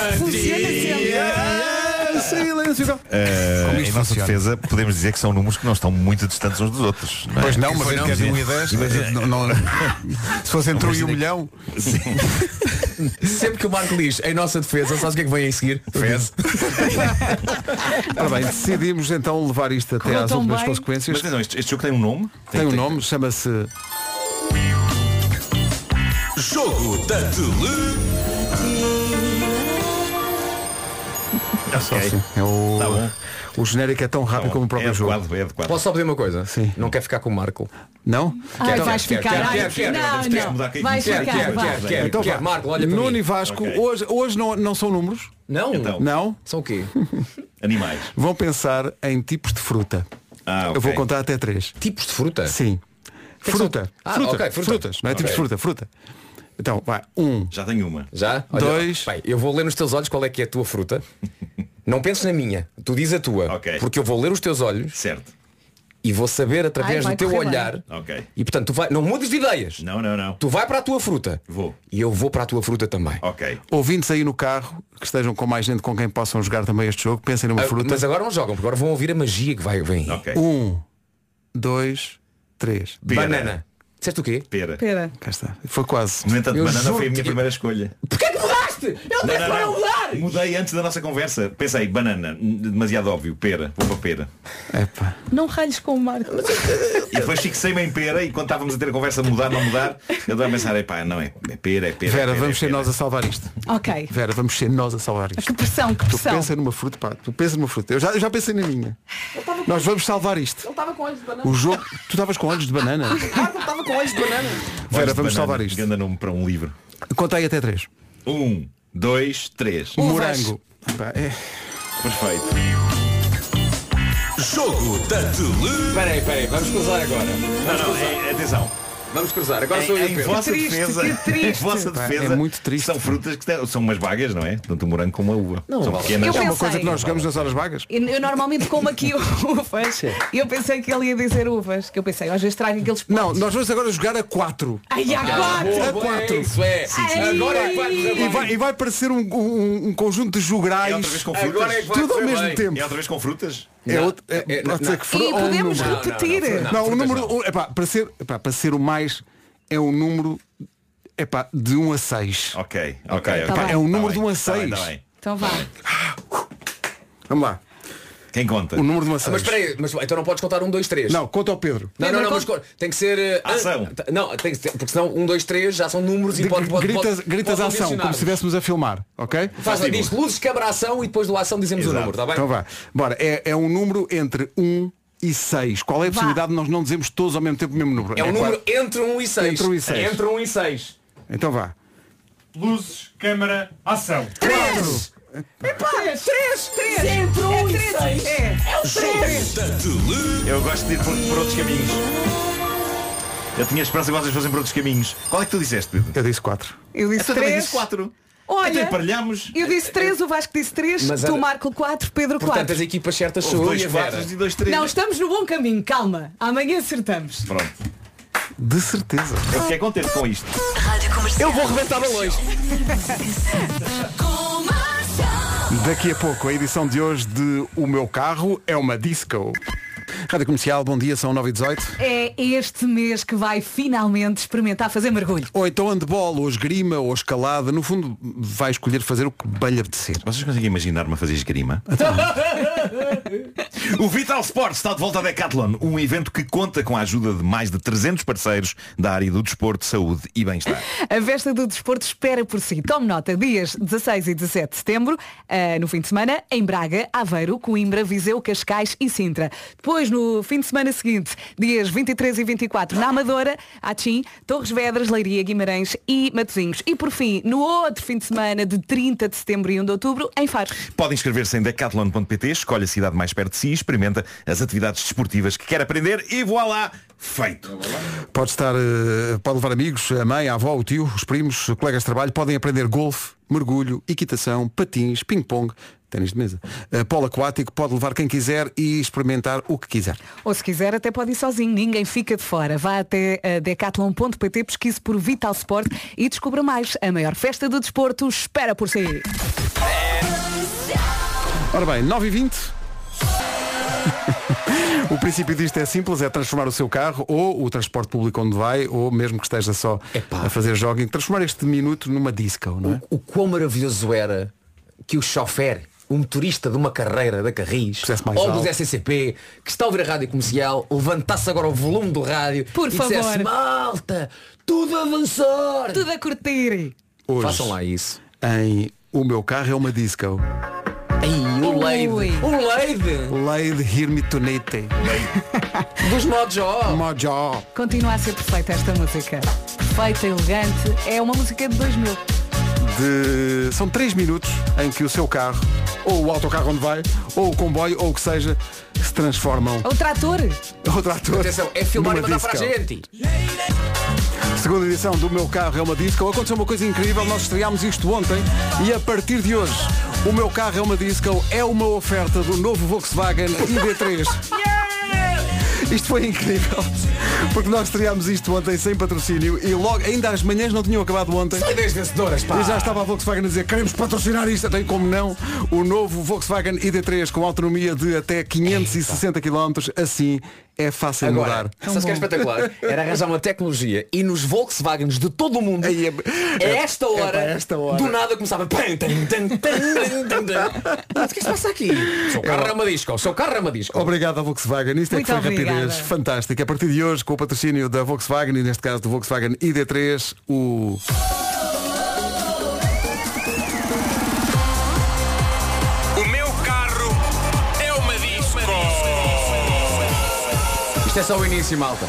Speaker 1: Silêncio.
Speaker 14: Eh,
Speaker 1: Como
Speaker 14: em
Speaker 1: isto
Speaker 14: nossa
Speaker 1: funciona?
Speaker 14: defesa, podemos dizer que são números que não estão muito distantes uns dos outros. é?
Speaker 1: Pois não, mas entre
Speaker 14: Imagina-
Speaker 1: 1 e 10,
Speaker 14: imagina-
Speaker 1: não- não- se fosse entre um e um
Speaker 14: Imagina-
Speaker 1: milhão.
Speaker 8: Sempre que o Marco diz em nossa defesa, sabes o que é que vem a seguir? Fez.
Speaker 1: Ora bem, decidimos então levar isto até
Speaker 8: Correu
Speaker 1: às
Speaker 8: tão
Speaker 1: últimas
Speaker 8: bem.
Speaker 1: consequências.
Speaker 11: Mas não, este, este jogo tem um nome?
Speaker 1: Tem, um nome, chama-se...
Speaker 7: Jogo da
Speaker 1: É só assim. É o... o genérico é tão rápido como o próprio jogo.
Speaker 11: é
Speaker 8: Posso só pedir uma coisa? Sim. Não quer ficar com o Marco?
Speaker 1: Não?
Speaker 8: Ai, vais ficar, ai, não, não, vais ficar, vai. Então vá. Marco, olha para
Speaker 1: Nuno
Speaker 8: mim.
Speaker 1: e Vasco,
Speaker 8: Ok.
Speaker 1: hoje, hoje não, não são números.
Speaker 8: Não? Então.
Speaker 1: Não?
Speaker 8: São o quê?
Speaker 11: Animais.
Speaker 1: Vão pensar em tipos de fruta.
Speaker 11: ok.
Speaker 8: Ah,
Speaker 1: Eu vou contar até três.
Speaker 8: Tipos de fruta?
Speaker 1: Sim.
Speaker 8: Que que
Speaker 1: Fruta.
Speaker 8: são- Ah,
Speaker 1: fruta.
Speaker 8: ok, fruta.
Speaker 1: Frutas. Não é
Speaker 8: É. Ok.
Speaker 1: tipos de fruta, fruta. Então, vai. Um.
Speaker 11: Já tenho uma.
Speaker 8: Já?
Speaker 1: Dois.
Speaker 8: Bem, eu vou ler nos teus olhos qual é que é a tua fruta. Não penses na minha. Tu diz a tua. Porque eu vou ler os teus olhos.
Speaker 11: Certo.
Speaker 8: E vou saber
Speaker 11: Ai,
Speaker 8: através
Speaker 11: vai
Speaker 8: do teu
Speaker 11: correr bem.
Speaker 8: olhar.
Speaker 11: Ok.
Speaker 8: E portanto, tu vai, não mudes de ideias.
Speaker 11: Não, não, não.
Speaker 8: Tu vai para a tua fruta.
Speaker 11: Vou.
Speaker 8: E eu vou para a tua fruta também.
Speaker 11: Ok.
Speaker 1: Ouvintes aí no carro, que estejam com mais gente com quem possam jogar também este jogo, pensem numa fruta.
Speaker 8: Ah, Mas agora não jogam, porque agora vão ouvir a magia que vai vem. aí.
Speaker 1: Um, dois, três.
Speaker 8: Banana. Disseste o quê?
Speaker 11: Pera.
Speaker 4: Pera.
Speaker 1: Cá está. Foi quase.
Speaker 11: No entanto,
Speaker 1: Eu
Speaker 11: banana foi a
Speaker 1: juro-te
Speaker 11: minha
Speaker 1: que-
Speaker 11: primeira escolha.
Speaker 8: Porquê que mudaste? Eu
Speaker 11: Não, não, não. Mudei antes da nossa conversa. Pensei, banana, demasiado óbvio, pera, vou para pera.
Speaker 4: Não ralhes com o Marco.
Speaker 11: E depois fixei-me em pera e quando estávamos a ter a conversa mudar, não mudar, eu estava a pensar, epá, não é, é pera, é pera.
Speaker 1: Vera,
Speaker 11: é pera,
Speaker 1: vamos
Speaker 11: é
Speaker 1: ser
Speaker 11: pera.
Speaker 1: nós a salvar isto.
Speaker 4: ok.
Speaker 1: Vera, vamos ser nós a salvar isto.
Speaker 4: Que pressão, que
Speaker 1: Tu
Speaker 4: pressão.
Speaker 1: pensa numa fruta, pá, tu pensa numa fruta. Eu já, eu já pensei na minha. Nós vamos salvar isto.
Speaker 8: estava com olhos de banana.
Speaker 1: O jogo. Tu estavas com olhos de banana.
Speaker 8: estava Ah, com olhos de banana.
Speaker 1: Vera,
Speaker 11: Olhos de
Speaker 1: vamos
Speaker 11: banana,
Speaker 1: salvar isto.
Speaker 11: Grande nome para um livro.
Speaker 1: Contei até três.
Speaker 11: Um, dois, três.
Speaker 1: Uvas. Morango. Pá, é.
Speaker 11: Perfeito.
Speaker 7: Jogo da Tele.
Speaker 8: Peraí, peraí, vamos cruzar agora.
Speaker 11: Não, não, é, atenção.
Speaker 8: Vamos cruzar. Agora
Speaker 11: em,
Speaker 8: sou eu,
Speaker 11: em
Speaker 8: Pedro.
Speaker 11: vossa
Speaker 8: Que triste,
Speaker 11: defesa,
Speaker 8: que triste.
Speaker 11: em vossa
Speaker 8: Pá, é
Speaker 11: defesa,
Speaker 8: muito
Speaker 11: triste. São frutas que têm- são umas vagas, não é? Tanto o morango como a uva.
Speaker 4: Não
Speaker 11: são
Speaker 4: vale.
Speaker 11: pequenas.
Speaker 4: Eu É uma pensei. coisa que nós
Speaker 1: jogamos nas horas vagas.
Speaker 4: Eu, eu normalmente como aqui uvas. E eu pensei que ele ia dizer uvas. Que eu pensei, às vezes trago aqueles
Speaker 1: Não, nós vamos agora jogar a quatro.
Speaker 4: Ai, a
Speaker 1: A
Speaker 4: quatro!
Speaker 1: quatro.
Speaker 8: isso é. Sim, sim. Agora é que vai correr
Speaker 1: E vai, e vai parecer um, um- um conjunto de jograis.
Speaker 11: É outra vez com frutas.
Speaker 1: Tudo ao mesmo tempo.
Speaker 11: É outra vez com frutas.
Speaker 1: É outro- é- pode ser que fru- ou um número. Não, o número. o- epá, para, ser, epá, para ser o mais, é um número epá, de 1 a 6.
Speaker 11: Ok, ok. tá
Speaker 1: Epá,
Speaker 11: ok.
Speaker 1: é um número
Speaker 11: Tá
Speaker 1: de 1 a
Speaker 11: bem, tá
Speaker 1: 6.
Speaker 11: bem, tá bem.
Speaker 4: Então vá.
Speaker 1: Vamos lá.
Speaker 11: Quem conta?
Speaker 1: O número de
Speaker 8: Ah,
Speaker 1: maçãs.
Speaker 8: Mas espera aí, mas, então não podes contar um, dois, três.
Speaker 1: Não, conta ao Pedro.
Speaker 8: Não, não, não, mas co- tem que ser. eh,
Speaker 1: Ação.
Speaker 8: ah, Não, tem que ser, porque senão um, dois, três já são números e
Speaker 1: Di-
Speaker 8: pode, pode,
Speaker 1: gritas
Speaker 8: pode,
Speaker 1: gritas
Speaker 8: pode não
Speaker 1: ação, como
Speaker 8: mencionar.
Speaker 1: se estivéssemos a filmar, ok?
Speaker 8: Faz lá, diz luzes, câmara, ação e depois do ação dizemos o número, está bem?
Speaker 1: Então vá. Bora, é, é um número entre 1 e 6. Qual é a possibilidade de nós não dizermos todos ao mesmo tempo o mesmo número?
Speaker 8: É um número
Speaker 1: quatro.
Speaker 8: entre um e seis.
Speaker 1: Entre um e seis.
Speaker 8: Entre um e seis.
Speaker 1: Então vá.
Speaker 15: Luzes, câmara, ação.
Speaker 1: Três!
Speaker 15: Epá, três! Três!
Speaker 4: Entre um
Speaker 15: e seis.
Speaker 4: É
Speaker 15: o três.
Speaker 11: Eu gosto de ir por, por outros caminhos. Eu tinha esperança que vocês fossem por outros caminhos. Qual é que tu disseste, Pedro?
Speaker 1: Eu disse 4.
Speaker 4: Eu disse
Speaker 11: Então também
Speaker 4: 3.
Speaker 11: disse quatro.
Speaker 4: Olha,
Speaker 11: Então emparelhamos.
Speaker 4: eu disse 3, o Vasco disse 3,
Speaker 8: Mas
Speaker 4: tu
Speaker 8: era-
Speaker 4: Marco 4, Pedro 4.
Speaker 8: Portanto, as equipas certas
Speaker 11: Houve
Speaker 8: sou eu
Speaker 11: dois
Speaker 8: e a Vera.
Speaker 11: quatro e dois três.
Speaker 4: Não, estamos no bom caminho, calma. Amanhã acertamos.
Speaker 11: Pronto.
Speaker 1: De certeza.
Speaker 11: Eu fiquei contente com isto.
Speaker 8: Eu vou rebentar balões.
Speaker 1: Daqui a pouco a edição de hoje de O Meu Carro é uma Disco. Rádio Comercial, bom dia, são 9 e 18.
Speaker 4: É este mês que vai finalmente experimentar fazer mergulho.
Speaker 1: Ou então handball, ou esgrima, ou escalada, no fundo vai escolher fazer o que bem lhe apetecer.
Speaker 11: Vocês conseguem imaginar-me a fazer esgrima? O Vital Sports está de volta à Decathlon, um evento que conta com a ajuda de mais de 300 parceiros da área do desporto, saúde e bem-estar.
Speaker 4: A festa do desporto espera por si. Tome nota, dias 16 e 17 de setembro, ah, no fim de semana, em Braga, Aveiro, Coimbra, Viseu, Cascais e Sintra. Depois, no fim de semana seguinte, dias 23 e 24, na Amadora, Achim, Torres Vedras, Leiria, Guimarães e Matosinhos. E por fim, no outro fim de semana, de 30 de setembro e 1 de outubro, em Faro.
Speaker 11: Pode inscrever-se em decathlon.pt, escolhe a cidade mais perto de si, experimenta as atividades desportivas que quer aprender e voa lá, feito.
Speaker 1: Pode estar, eh, pode levar amigos, a mãe, a avó, o tio, os primos, os colegas de trabalho, podem aprender golfe, mergulho, equitação, patins, ping-pong, ténis de mesa, eh, polo aquático, pode levar quem quiser e experimentar o que quiser.
Speaker 4: Ou se quiser, até pode ir sozinho, ninguém fica de fora. Vá até eh, decathlon.pt, pesquise por Vital Sport e descubra mais. A maior festa do desporto espera por si.
Speaker 1: Ora bem, 9 e 20 O princípio disto é simples, é transformar o seu carro ou o transporte público onde vai, ou mesmo que esteja só a fazer jogging, transformar este minuto numa disco, não é?
Speaker 8: O quão maravilhoso era que o chofer, o motorista de uma carreira da Carris,
Speaker 1: mais
Speaker 8: ou
Speaker 1: alto.
Speaker 8: dos SCP, que está a ouvir a rádio comercial, levantasse agora o volume do rádio
Speaker 4: Por
Speaker 8: e
Speaker 4: favor.
Speaker 8: dissesse, malta, tudo a avançar.
Speaker 4: Tudo a curtir.
Speaker 1: Hoje,
Speaker 8: Façam lá isso.
Speaker 1: Em O Meu Carro é uma Disco.
Speaker 8: Ai, o Lady.
Speaker 4: Ui.
Speaker 8: O Lady.
Speaker 1: Lady Hear Me Tonight.
Speaker 8: Dos Mojó.
Speaker 1: Mojó.
Speaker 4: Continua a ser perfeita esta música. Perfeita, elegante. É uma música de 2000.
Speaker 1: de- São 3 minutos em que o seu carro, ou o autocarro onde vai, ou o comboio, ou o que seja, se transformam.
Speaker 4: Ou trator.
Speaker 1: Outra ator.
Speaker 8: Atenção, é filmar e
Speaker 1: numa
Speaker 8: mandar para a
Speaker 1: disco.
Speaker 8: gente.
Speaker 1: Segunda edição do Meu Carro é uma Disco. Aconteceu uma coisa incrível, nós estreámos isto ontem e a partir de hoje, o Meu Carro é uma Disco é uma oferta do novo Volkswagen ID3. Isto foi incrível, porque nós estreámos isto ontem sem patrocínio e logo, ainda as manhãs não tinham acabado ontem.
Speaker 8: Ideias vencedoras, pá.
Speaker 1: E já estava a Volkswagen a dizer, queremos patrocinar isto, tem como não, o novo Volkswagen ID3 com autonomia de até 560 km, assim é fácil
Speaker 8: Agora,
Speaker 1: mudar.
Speaker 8: sabes que é espetacular? Era arranjar uma tecnologia e nos Volkswagens de todo o mundo, a
Speaker 1: é-
Speaker 8: esta
Speaker 1: é pá,
Speaker 8: hora,
Speaker 1: esta hora.
Speaker 8: do nada começava. pam, tam, tam, tam, tam, tam. Mas O que é que se passa aqui? O seu carro é uma disco, o seu carro é uma disco.
Speaker 1: Obrigado à Volkswagen. Isto é que
Speaker 8: Muito
Speaker 1: foi
Speaker 8: obrigada.
Speaker 1: rapidez fantástica. A partir de hoje, com o patrocínio da Volkswagen e neste caso do Volkswagen ID3, o.
Speaker 7: O meu carro é uma disco.
Speaker 8: Isto é só o início, malta.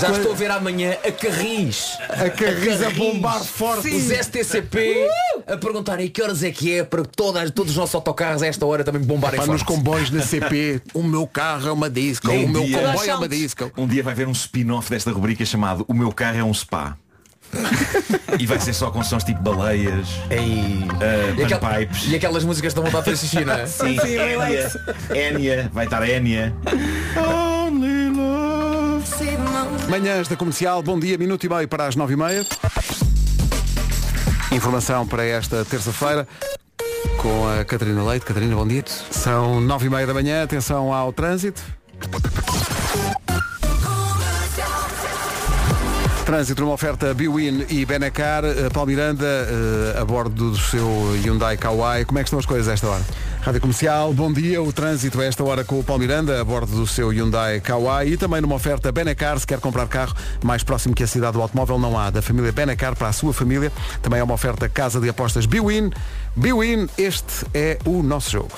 Speaker 8: Já
Speaker 1: coi-
Speaker 8: estou a ver amanhã a Carris.
Speaker 1: A Carris a bombar forte.
Speaker 8: Os
Speaker 1: Sim. Uh!
Speaker 8: STCP a perguntarem que horas é que é para todas, todos os nossos autocarros a esta hora também bombarem
Speaker 1: Pá,
Speaker 8: forte.
Speaker 1: nos comboios na CP, o meu carro é uma disco,
Speaker 11: Um
Speaker 1: o meu
Speaker 11: dia-
Speaker 1: comboio é uma disco.
Speaker 11: Um dia vai haver um spin-off desta rubrica chamado O meu carro é um spa. e vai ser só com sons tipo baleias,
Speaker 8: E,
Speaker 11: uh,
Speaker 8: aquel-
Speaker 11: panpipes.
Speaker 8: e aquelas músicas estão a voltar para xixi, não é?
Speaker 11: Sim, Énia, Énia, vai estar a Énia.
Speaker 1: Manhãs da comercial, bom dia, minuto e meio para as nove e meia. Informação para esta terça-feira com a Catarina Leite. Catarina, bom dia. São nove e meia da manhã, atenção ao trânsito. Trânsito numa oferta Biwin e Benacar, Eh, Paulo Miranda, eh, a bordo do seu Hyundai Kauai. Como é que estão as coisas a esta hora? Rádio Comercial, bom dia. O trânsito a esta hora com o Paulo Miranda, a bordo do seu Hyundai Kauai e também numa oferta Benacar, se quer comprar carro mais próximo que a cidade do automóvel, não há. Da família Benacar para a sua família. Também é uma oferta Casa de Apostas Biwin. Biwin, este é o nosso jogo.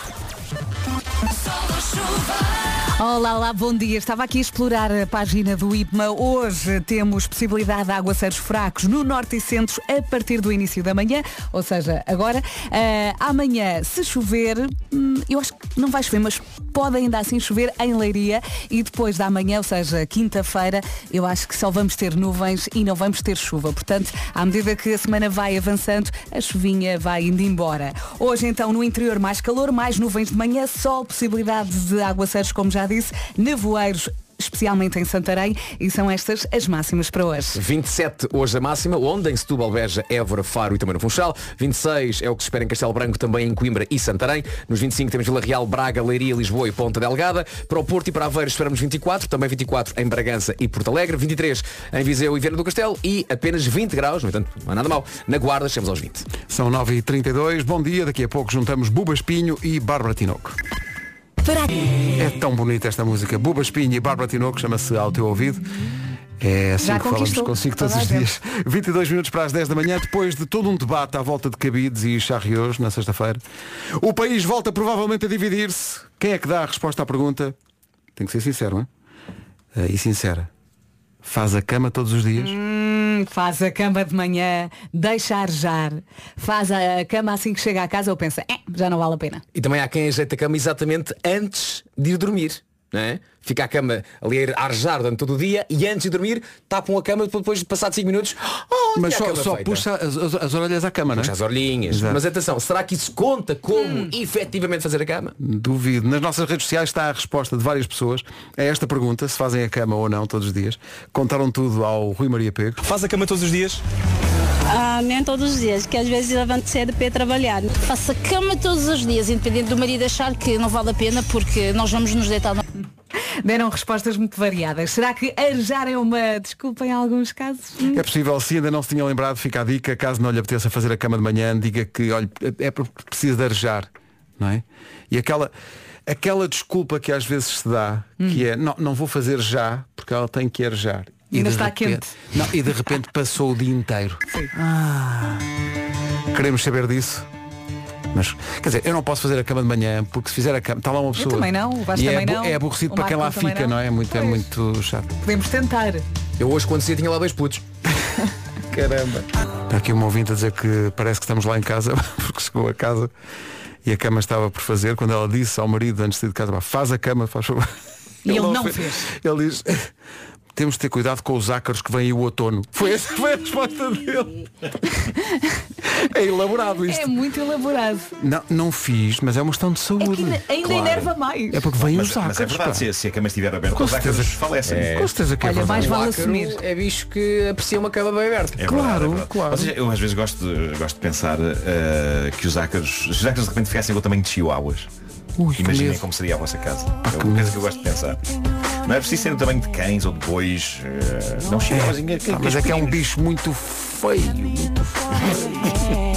Speaker 4: Olá, olá, bom dia. Estava aqui a explorar a página do IPMA. Hoje temos possibilidade de aguaceiros fracos no norte e centro a partir do início da manhã, ou seja, agora. Ah, amanhã, se chover, hum, eu acho que não vai chover, mas pode ainda assim chover em Leiria e depois da manhã, ou seja, quinta-feira, eu acho que só vamos ter nuvens e não vamos ter chuva. Portanto, à medida que a semana vai avançando, a chuvinha vai indo embora. Hoje, então, no interior, mais calor, mais nuvens de manhã, sol, possibilidade de aguaceiros, como já disse, nevoeiros. Especialmente em Santarém, e são estas as máximas para hoje.
Speaker 8: 27 hoje a máxima, onde em Setúbal, Beja, Évora, Faro e também no Funchal. 26 é o que se espera em Castelo Branco, também em Coimbra e Santarém. Nos 25 temos Vila Real, Braga, Leiria, Lisboa e Ponta Delgada. Para o Porto e para Aveiro esperamos 24, também 24 em Bragança e Porto Alegre, 23 em Viseu e Viana do Castelo e apenas 20 graus, no entanto, não é nada mal. Na Guarda chegamos aos 20.
Speaker 1: São 9h32, bom dia. Daqui a pouco juntamos Buba Espinho e Bárbara Tinoco. É tão bonita esta música. Buba Espinho e Bárbara Tinoco chama-se Ao Teu Ouvido. É assim
Speaker 16: Já
Speaker 1: que falamos
Speaker 16: conquistou
Speaker 1: consigo todos
Speaker 16: toda
Speaker 1: os
Speaker 16: a gente.
Speaker 1: dias. 22 minutos para as 10 da manhã, depois de todo um debate à volta de cabides e charriots na sexta-feira. O país volta provavelmente a dividir-se. Quem é que dá a resposta à pergunta? Tem que ser sincero, não é? Eh, E sincera. Faz a cama todos os dias?
Speaker 4: Hum, faz a cama de manhã, deixa arjar, faz a cama assim que chega à casa ou pensa, "Eh, já não vale a pena.
Speaker 8: E também há quem ajeita a cama exatamente antes de ir dormir. Não é? Fica a cama ali a arjar durante todo o dia e antes de dormir tapam a cama para depois de passar 5 minutos. "Oh,
Speaker 1: Mas
Speaker 8: tinha
Speaker 1: só,
Speaker 8: a cama
Speaker 1: só
Speaker 8: feita."
Speaker 1: puxa as, as- as orelhas à cama, não é?
Speaker 8: Puxa as orelhinhas.
Speaker 1: Exato.
Speaker 8: Mas atenção, será que isso conta como efetivamente fazer a cama?
Speaker 1: Duvido. Nas nossas redes sociais está a resposta de várias pessoas a esta pergunta, se fazem a cama ou não todos os dias. Contaram tudo ao Rui Maria Pego.
Speaker 17: Faz a cama todos os dias?
Speaker 18: Ah, nem todos os dias, que às vezes levanto cedo para ir trabalhar.
Speaker 19: Faço a cama todos os dias, independente do marido achar que não vale a pena, porque nós vamos nos deitar.
Speaker 4: Deram respostas muito variadas. Será que arjar é uma desculpa em alguns casos? Hum.
Speaker 1: É possível, se ainda não se tinha lembrado, fica a dica, caso não lhe apeteça fazer a cama de manhã, diga que olha, é porque precisa de arejar, não é? E aquela, aquela desculpa que às vezes se dá, que
Speaker 4: Hum.
Speaker 1: é não, não vou fazer já, porque ela tem que arejar.
Speaker 4: Ainda
Speaker 1: de
Speaker 4: está
Speaker 1: repente-
Speaker 4: quente.
Speaker 1: Não, e de repente passou o dia inteiro. Ah. Queremos saber disso. Mas, quer dizer, eu não posso fazer a cama de manhã, porque se fizer a cama, está lá uma pessoa.
Speaker 4: também não, o Vasco
Speaker 1: e é,
Speaker 4: também
Speaker 1: abu-
Speaker 4: não,
Speaker 1: é aborrecido
Speaker 4: o
Speaker 1: para quem lá
Speaker 4: Marco também
Speaker 1: fica,
Speaker 4: não.
Speaker 1: não, é? Muito, é
Speaker 4: Pois.
Speaker 1: muito chato.
Speaker 4: Podemos tentar.
Speaker 8: Eu hoje quando saí tinha lá dois putos. Caramba.
Speaker 1: Está aqui um ouvinte a dizer que parece que estamos lá em casa, porque chegou a casa e a cama estava por fazer, quando ela disse ao marido antes de sair de casa, "Pá, faz a cama, faz favor.
Speaker 16: E ele não
Speaker 1: Ele diz, temos de ter cuidado com os ácaros que vêm aí o outono. Foi essa foi a resposta dele. É elaborado isto.
Speaker 4: É muito elaborado.
Speaker 1: Não, não fiz, mas é uma questão de saúde.
Speaker 4: Ainda, ainda
Speaker 1: Claro.
Speaker 4: enerva mais.
Speaker 1: É porque vêm
Speaker 11: mas,
Speaker 1: os ácaros.
Speaker 11: mas é
Speaker 1: pá.
Speaker 11: verdade, se, se a cama estiver aberta,
Speaker 1: Com
Speaker 11: os ácaros
Speaker 1: certeza.
Speaker 11: falecem.
Speaker 1: É. Com certeza que é Olha, verdade. mais vale
Speaker 8: O ácaro
Speaker 1: assumir.
Speaker 8: É bicho que aprecia uma cama bem aberta.
Speaker 11: É verdade, é verdade. Ou seja, eu às vezes gosto de, gosto de pensar eh, que os ácaros, se os ácaros de repente ficassem com o tamanho de chihuahuas.
Speaker 1: Ui, que
Speaker 11: Imaginem
Speaker 1: medo. Ah,
Speaker 11: como seria a vossa casa. é uma coisa que eu gosto de pensar. Não é preciso ser do tamanho de cães ou de bois. eh, não chihuahuas.
Speaker 1: É, pá, mas é que é um bicho muito feio. Muito feio.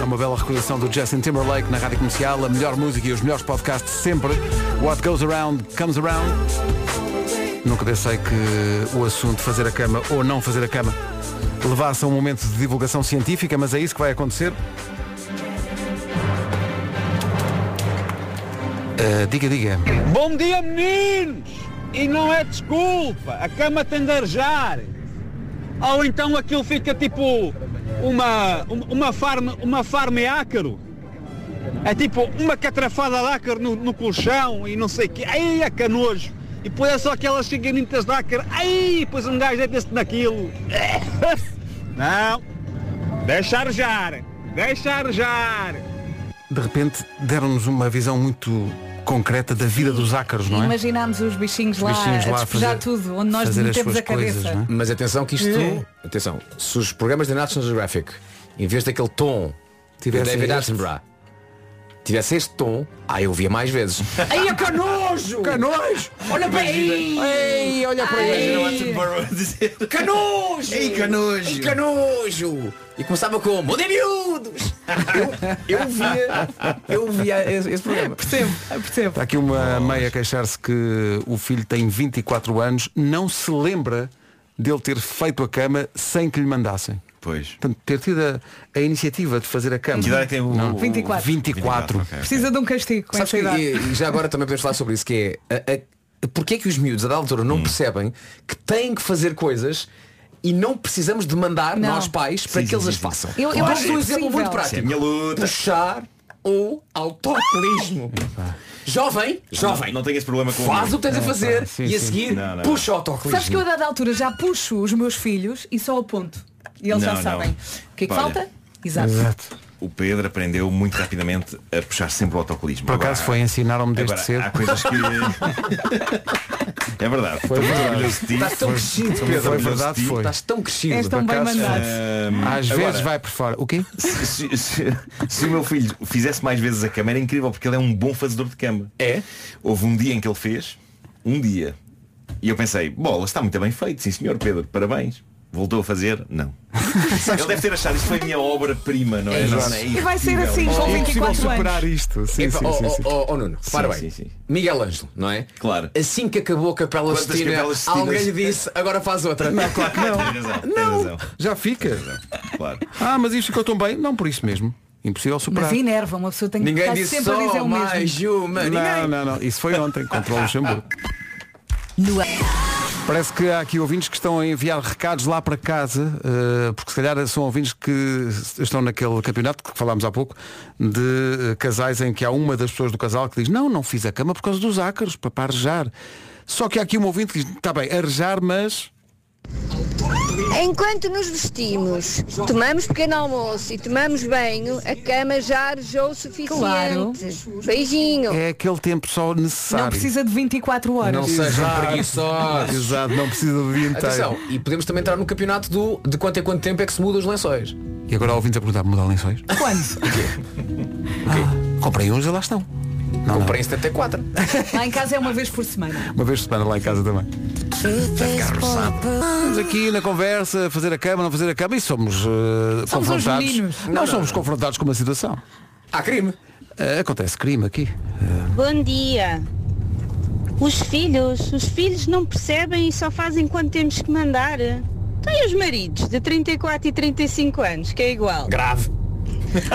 Speaker 1: É uma bela recordação do Justin Timberlake na rádio comercial, a melhor música e os melhores podcasts sempre. What goes around comes around. Nunca pensei que o assunto de fazer a cama ou não fazer a cama levasse a um momento de divulgação científica, mas é isso que vai acontecer. Ah, diga, diga.
Speaker 20: Bom dia, meninos! E não é desculpa, a cama tem de arejar. Ou então aquilo fica tipo uma, um, uma, farm, uma farm ácaro. É tipo uma catrafada de ácaro no, no colchão e não sei o quê. Ai, é canojo. E depois é só aquelas chiganitas de ácaro. Ai, depois um gajo deita-se naquilo. Não, deixa arejar, deixa arejar.
Speaker 1: De repente deram-nos uma visão muito concreta da vida dos ácaros, não é?
Speaker 4: Imaginámos os bichinhos,
Speaker 1: Os bichinhos
Speaker 4: lá,
Speaker 1: lá
Speaker 4: a
Speaker 1: a
Speaker 4: despejar
Speaker 1: fazer-
Speaker 4: tudo, onde nós
Speaker 8: fazer as
Speaker 4: metemos
Speaker 8: suas
Speaker 4: a cabeça.
Speaker 8: coisas, não é? Mas atenção que isto,
Speaker 4: É.
Speaker 8: atenção, se os programas da National Geographic, em vez daquele tom
Speaker 1: Tivesse
Speaker 8: do David
Speaker 1: este.
Speaker 8: Attenborough, tivesse este tom, aí eu via mais vezes.
Speaker 16: Aí é canojo!
Speaker 1: Canojo!
Speaker 16: Olha para aí!
Speaker 8: Ei, olha para
Speaker 16: Canojo!
Speaker 8: Ei, canojo! E começava com, "Bom dia, miúdos! Eu, eu via, eu via esse, esse programa. Percebo,
Speaker 4: Ah,
Speaker 8: percebo.
Speaker 1: Está aqui uma meia a queixar-se que o filho tem 24 anos, não se lembra dele ter feito a cama sem que lhe mandassem.
Speaker 11: Pois.
Speaker 1: Portanto, ter tido a, a iniciativa de fazer a cama.
Speaker 11: Que idade é que tem o-
Speaker 1: Não.
Speaker 4: 24.
Speaker 1: 24.
Speaker 4: Precisa de um castigo com
Speaker 8: Sabes
Speaker 4: essa
Speaker 8: que, é-
Speaker 4: idade.
Speaker 8: e, e já agora também podemos falar sobre isso, que é a, a- porque é que os miúdos a dada altura
Speaker 11: Hum.
Speaker 8: não percebem que têm que fazer coisas e não precisamos de mandar
Speaker 4: Não.
Speaker 8: nós pais para
Speaker 4: Sim,
Speaker 8: que
Speaker 4: sim,
Speaker 8: eles
Speaker 4: sim,
Speaker 8: as
Speaker 4: sim.
Speaker 8: façam.
Speaker 4: Eu- eu
Speaker 8: Dou-te
Speaker 4: acho
Speaker 8: um exemplo
Speaker 4: impossível.
Speaker 8: muito
Speaker 4: Isso é a
Speaker 8: prático.
Speaker 4: minha
Speaker 8: Puxar ou autocolismo. Jovem, jovem.
Speaker 11: Não, não tenho esse problema com
Speaker 8: Faz o que tens a
Speaker 11: É,
Speaker 8: fazer
Speaker 11: pá, sim,
Speaker 8: e a
Speaker 11: sim.
Speaker 8: seguir
Speaker 11: Não, não,
Speaker 8: puxa o
Speaker 11: não.
Speaker 8: autocolismo.
Speaker 4: Sabes que eu a dada altura já puxo os meus filhos e só aponto. E eles já
Speaker 11: Não, não.
Speaker 4: sabem. O que é que
Speaker 11: Olha.
Speaker 4: falta? Exato.
Speaker 11: O Pedro aprendeu muito rapidamente a puxar sempre o autocolismo.
Speaker 1: Por acaso foi, ensinaram-me desde
Speaker 11: agora,
Speaker 1: cedo.
Speaker 11: Há coisas que. é verdade. Foi
Speaker 1: verdade.
Speaker 11: Estás
Speaker 1: Estás tão crescido, Pedro. Foi verdade, foi. Estás tão crescido. És tão bem mandado.
Speaker 11: Ehm,
Speaker 1: Às vezes vai por fora. O quê?
Speaker 11: Se, se- se- se o meu filho fizesse mais vezes a cama era incrível porque ele é um bom fazedor de cama.
Speaker 8: É?
Speaker 11: Houve um dia em que ele fez, um dia, e eu pensei, bola, está muito bem feito, sim senhor Pedro, parabéns. Voltou a fazer? Não. ele deve ter achado isto foi a minha obra-prima, não é?
Speaker 8: É,
Speaker 11: Não,
Speaker 8: exato.
Speaker 11: não é
Speaker 8: E vai ser
Speaker 11: impossível.
Speaker 8: assim, com
Speaker 11: É
Speaker 8: 24
Speaker 11: impossível
Speaker 8: anos.
Speaker 11: superar
Speaker 1: isto. Sim,
Speaker 8: Epá,
Speaker 11: sim,
Speaker 8: ó,
Speaker 11: sim,
Speaker 8: ó,
Speaker 11: sim.
Speaker 1: oh.
Speaker 8: ó, ó, Nuno,
Speaker 11: Sim,
Speaker 8: repara
Speaker 11: sim,
Speaker 8: bem.
Speaker 11: sim.
Speaker 8: Miguel Ângelo, não é?
Speaker 11: Claro.
Speaker 8: Assim que acabou a Capela
Speaker 11: Quantas
Speaker 8: Sistina,
Speaker 11: Capelas Sistinas?
Speaker 8: alguém lhe disse, agora faz outra.
Speaker 1: Não, claro que
Speaker 11: Tem
Speaker 1: não.
Speaker 11: razão, tem razão.
Speaker 1: Já fica.
Speaker 11: é. Claro.
Speaker 1: Ah, mas isto ficou tão bem. Não por isso mesmo. Impossível superar.
Speaker 4: Mas enerva, uma pessoa tem que estar Tá sempre a dizer o mesmo.
Speaker 8: uma.
Speaker 1: Não, não, não. Isso foi ontem contra o Luxemburgo.
Speaker 4: No-
Speaker 1: Parece que há aqui ouvintes que estão a enviar recados lá para casa, eh, porque se calhar são ouvintes que estão naquele campeonato que falámos há pouco, de eh, casais em que há uma das pessoas do casal que diz, não, não fiz a cama por causa dos ácaros, para para arejar. Só que há aqui um ouvinte que diz, está bem, arejar, mas...
Speaker 17: Enquanto nos vestimos, tomamos pequeno almoço e tomamos banho, a cama já arejou o suficiente.
Speaker 4: Claro.
Speaker 17: Beijinho.
Speaker 1: É aquele tempo só necessário.
Speaker 4: Não precisa de 24 horas.
Speaker 8: Não sejam
Speaker 1: Exato.
Speaker 8: preguiçosos.
Speaker 1: Exato, não precisa de dia um inteiro.
Speaker 8: Atenção, e podemos também entrar no campeonato do de quanto em quanto tempo é que se muda os lençóis.
Speaker 1: E agora há ouvintes a perguntar, mudar lençóis?
Speaker 4: Quando?
Speaker 1: Ah, comprei uns e lá estão. Não, comprei
Speaker 8: em 74.
Speaker 4: Lá em casa é uma vez por semana.
Speaker 1: Uma vez por semana lá em casa também. Estamos aqui na conversa, fazer a cama, não fazer a cama e somos, eh,
Speaker 4: Somos uns
Speaker 1: confrontados.
Speaker 4: meninos.
Speaker 1: Não,
Speaker 4: Não, não,
Speaker 1: somos confrontados com uma situação. Eh,
Speaker 8: Há crime.
Speaker 1: acontece crime aqui.
Speaker 21: Bom dia. Os filhos, os filhos não percebem e só fazem quando temos que mandar. Tem os maridos de 34 e 35 anos, que é igual.
Speaker 8: Grave.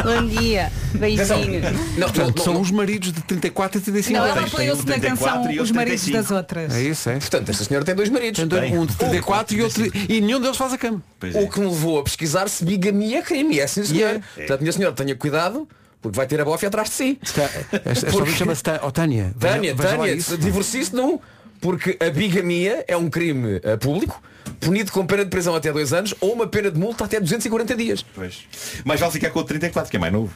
Speaker 21: Bom dia. Beijinhos.
Speaker 1: Portanto, são os maridos de 34 e 35
Speaker 4: Não, é
Speaker 1: anos.
Speaker 4: ela põe-se na canção Os Maridos das Outras.
Speaker 1: É isso, é.
Speaker 8: Portanto, esta senhora tem dois maridos.
Speaker 1: um de 34 e outro. de- E nenhum deles faz a cama.
Speaker 8: O que me levou a pesquisar se bigamia é crime. E é sim, senhor. Portanto, minha senhora, tenha cuidado, porque vai ter a bofia atrás de si.
Speaker 1: Esta
Speaker 8: Porque-
Speaker 1: ouvinte é chama-se Ta- oh, Tânia. veja-
Speaker 8: Tânia,
Speaker 1: veja lá
Speaker 8: Tânia,
Speaker 1: isso.
Speaker 8: divorcie-se não, porque a bigamia é um crime eh, público, punido com pena de prisão até dois anos ou uma pena de multa até 240 dias.
Speaker 11: Pois. Mas vale ficar com o 34, que é mais novo.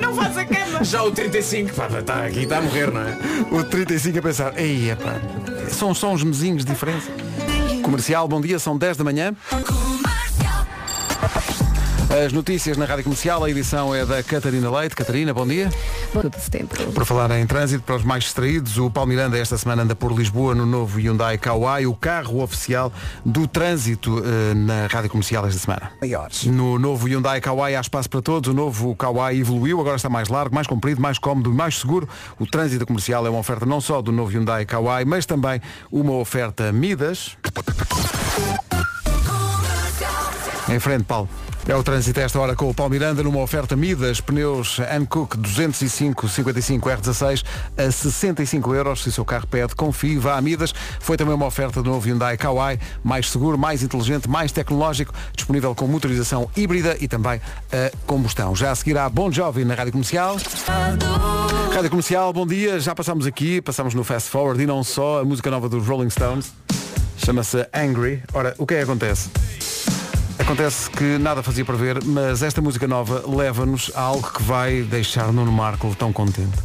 Speaker 8: não faz a cama. Já o 35, pá,
Speaker 1: tá
Speaker 8: está aqui, está a morrer, não é?
Speaker 1: O 35 a pensar, ei, epá, são só uns mesinhos de diferença. Comercial, bom dia, são 10 da manhã. As notícias na Rádio Comercial, a edição é da Catarina Leite. Catarina, bom dia.
Speaker 2: Bom de setembro.
Speaker 1: Para falar em trânsito, para os mais distraídos, o Paulo Miranda esta semana anda por Lisboa no novo Hyundai Kauai, o carro oficial do trânsito eh, na Rádio Comercial esta semana.
Speaker 5: Maiores.
Speaker 1: No novo Hyundai Kauai há espaço para todos. O novo Kauai evoluiu, agora está mais largo, mais comprido, mais cómodo e mais seguro. O trânsito comercial é uma oferta não só do novo Hyundai Kauai, mas também uma oferta Midas. Em frente, Paulo. É o trânsito a esta hora com o Paulo Miranda numa oferta Midas, pneus Hankook 205-55R16 a 65 euros. Se o seu carro pede, confie, vá a Midas. Foi também uma oferta do novo Hyundai Kauai, mais seguro, mais inteligente, mais tecnológico, disponível com motorização híbrida e também a combustão. Já a seguir há Bom Jovem na Rádio Comercial. Rádio Comercial, bom dia. Já passámos aqui, passámos no Fast Forward e não só, a música nova dos Rolling Stones. Chama-se Angry. Ora, o que é que acontece? Acontece que nada fazia para ver, mas esta música nova leva-nos a algo que vai deixar Nuno Marco tão contente.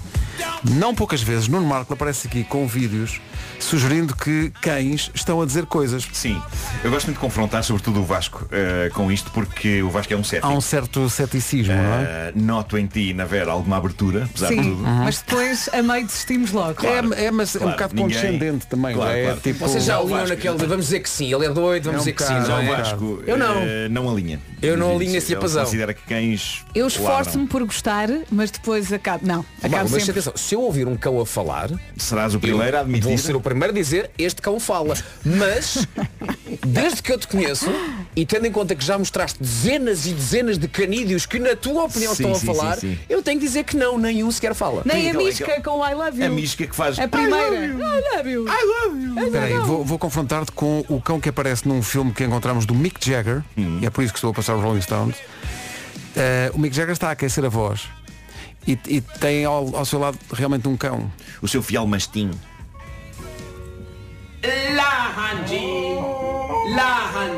Speaker 1: Não poucas vezes, Nuno Marco aparece aqui com vídeos sugerindo que cães estão a dizer coisas.
Speaker 11: Sim. Eu gosto muito de confrontar, sobretudo o Vasco, eh, com isto, porque o Vasco é um
Speaker 1: Há
Speaker 11: cético.
Speaker 1: um certo ceticismo, não é?
Speaker 11: Eh, noto em ti, na Vera, alguma abertura, apesar de
Speaker 4: Sim,
Speaker 11: tudo.
Speaker 4: mas depois a meio desistimos logo.
Speaker 11: Claro.
Speaker 1: É, mas é um
Speaker 11: Claro,
Speaker 1: bocado
Speaker 11: ninguém-
Speaker 1: condescendente também.
Speaker 11: Claro,
Speaker 1: é
Speaker 11: claro.
Speaker 1: tipo.
Speaker 8: Vocês já
Speaker 11: o
Speaker 8: alinham
Speaker 11: Vasco.
Speaker 8: naquele de vamos dizer que sim, ele é doido,
Speaker 11: É um
Speaker 8: vamos dizer que sim.
Speaker 11: bocado,
Speaker 8: não
Speaker 11: já
Speaker 8: é?
Speaker 11: o Vasco,
Speaker 8: Eu não.
Speaker 11: eh, não alinha.
Speaker 8: Eu não alinho
Speaker 11: Ele
Speaker 8: esse diapasão.
Speaker 11: Considera que cães.
Speaker 4: Eu
Speaker 11: ladram.
Speaker 4: esforço-me por gostar, mas depois acabo. Não, acabo
Speaker 8: Marco, mas
Speaker 4: sempre.
Speaker 8: atenção, se eu ouvir um cão a falar,
Speaker 11: serás o
Speaker 8: primeiro a admitir. Vou ser o primeiro a dizer este cão fala. Mas desde que eu te conheço e tendo em conta que já mostraste dezenas e dezenas de canídeos que na tua opinião
Speaker 11: Sim,
Speaker 8: estão a
Speaker 11: sim,
Speaker 8: falar,
Speaker 11: sim, então, sim.
Speaker 8: eu tenho que dizer que não, nenhum sequer fala.
Speaker 4: Nem a misca com o I love you.
Speaker 11: A misca que faz.
Speaker 4: A primeira. I love you. I love you.
Speaker 1: Peraí, vou, vou confrontar-te com o cão que aparece num filme que encontramos do Mick Jagger,
Speaker 11: Uhum.
Speaker 1: e é por isso que estou a passar o Rolling Stones. Eh, o Mick Jagger está a aquecer a voz e, e tem ao, ao seu lado realmente um cão.
Speaker 11: O seu fiel mastinho.
Speaker 16: Lahanji. Lahan.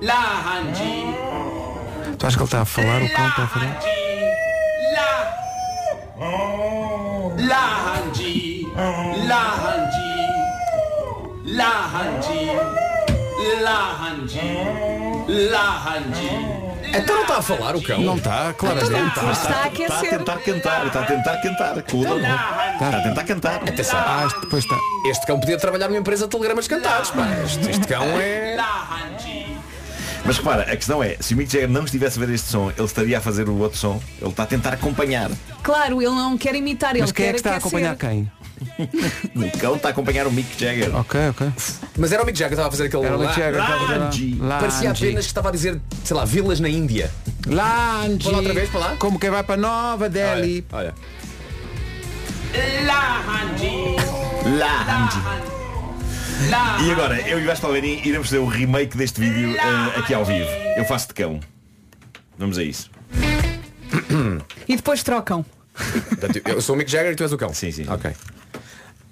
Speaker 16: Lahanji.
Speaker 1: Tu achas que ele está a falar? O cão está a falar?
Speaker 16: Lahanji. Lahanji. Lahanji. Lahanji. Lahanji.
Speaker 8: Até Então não está a falar o cão.
Speaker 11: Não está, claramente.
Speaker 16: Então não, mas está a
Speaker 11: Está a
Speaker 16: aquecer.
Speaker 11: tentar cantar, está a tentar cantar. Com o outro. Está a tentar cantar.
Speaker 8: Atenção.
Speaker 1: Ah,
Speaker 8: Este cão podia trabalhar numa empresa de telegramas cantados. pá. Este, este cão é.
Speaker 11: Mas repara, a questão é, se o Mick Jagger não estivesse a ver este som, ele estaria a fazer o outro som. Ele está a tentar acompanhar.
Speaker 4: Claro, ele não quer imitar, ele
Speaker 11: Mas quem
Speaker 4: quer
Speaker 11: é que está a
Speaker 4: aquecer.
Speaker 11: acompanhar
Speaker 1: quem?
Speaker 11: O cão está a acompanhar o Mick Jagger.
Speaker 1: Ok, ok.
Speaker 8: Mas era o Mick Jagger que estava a fazer aquele
Speaker 11: Era o Mick
Speaker 8: lá-
Speaker 11: Jagger que estava a fazer lá-
Speaker 8: Lanji.
Speaker 11: Lanji.
Speaker 8: Parecia apenas que estava a dizer, sei lá, vilas na Índia.
Speaker 1: Lange.
Speaker 8: Fala outra vez, para lá.
Speaker 1: Como quem vai para Nova Delhi.
Speaker 8: Olha.
Speaker 16: Lahanji.
Speaker 11: Lahanji. E agora, eu e o Vasco Palmeirim iremos fazer o remake deste vídeo eh, aqui ao vivo. Eu faço de cão. Vamos a isso.
Speaker 4: E depois trocam.
Speaker 8: Portanto, Eu sou o Mick Jagger e tu és o cão.
Speaker 11: Sim, sim.
Speaker 8: Ok.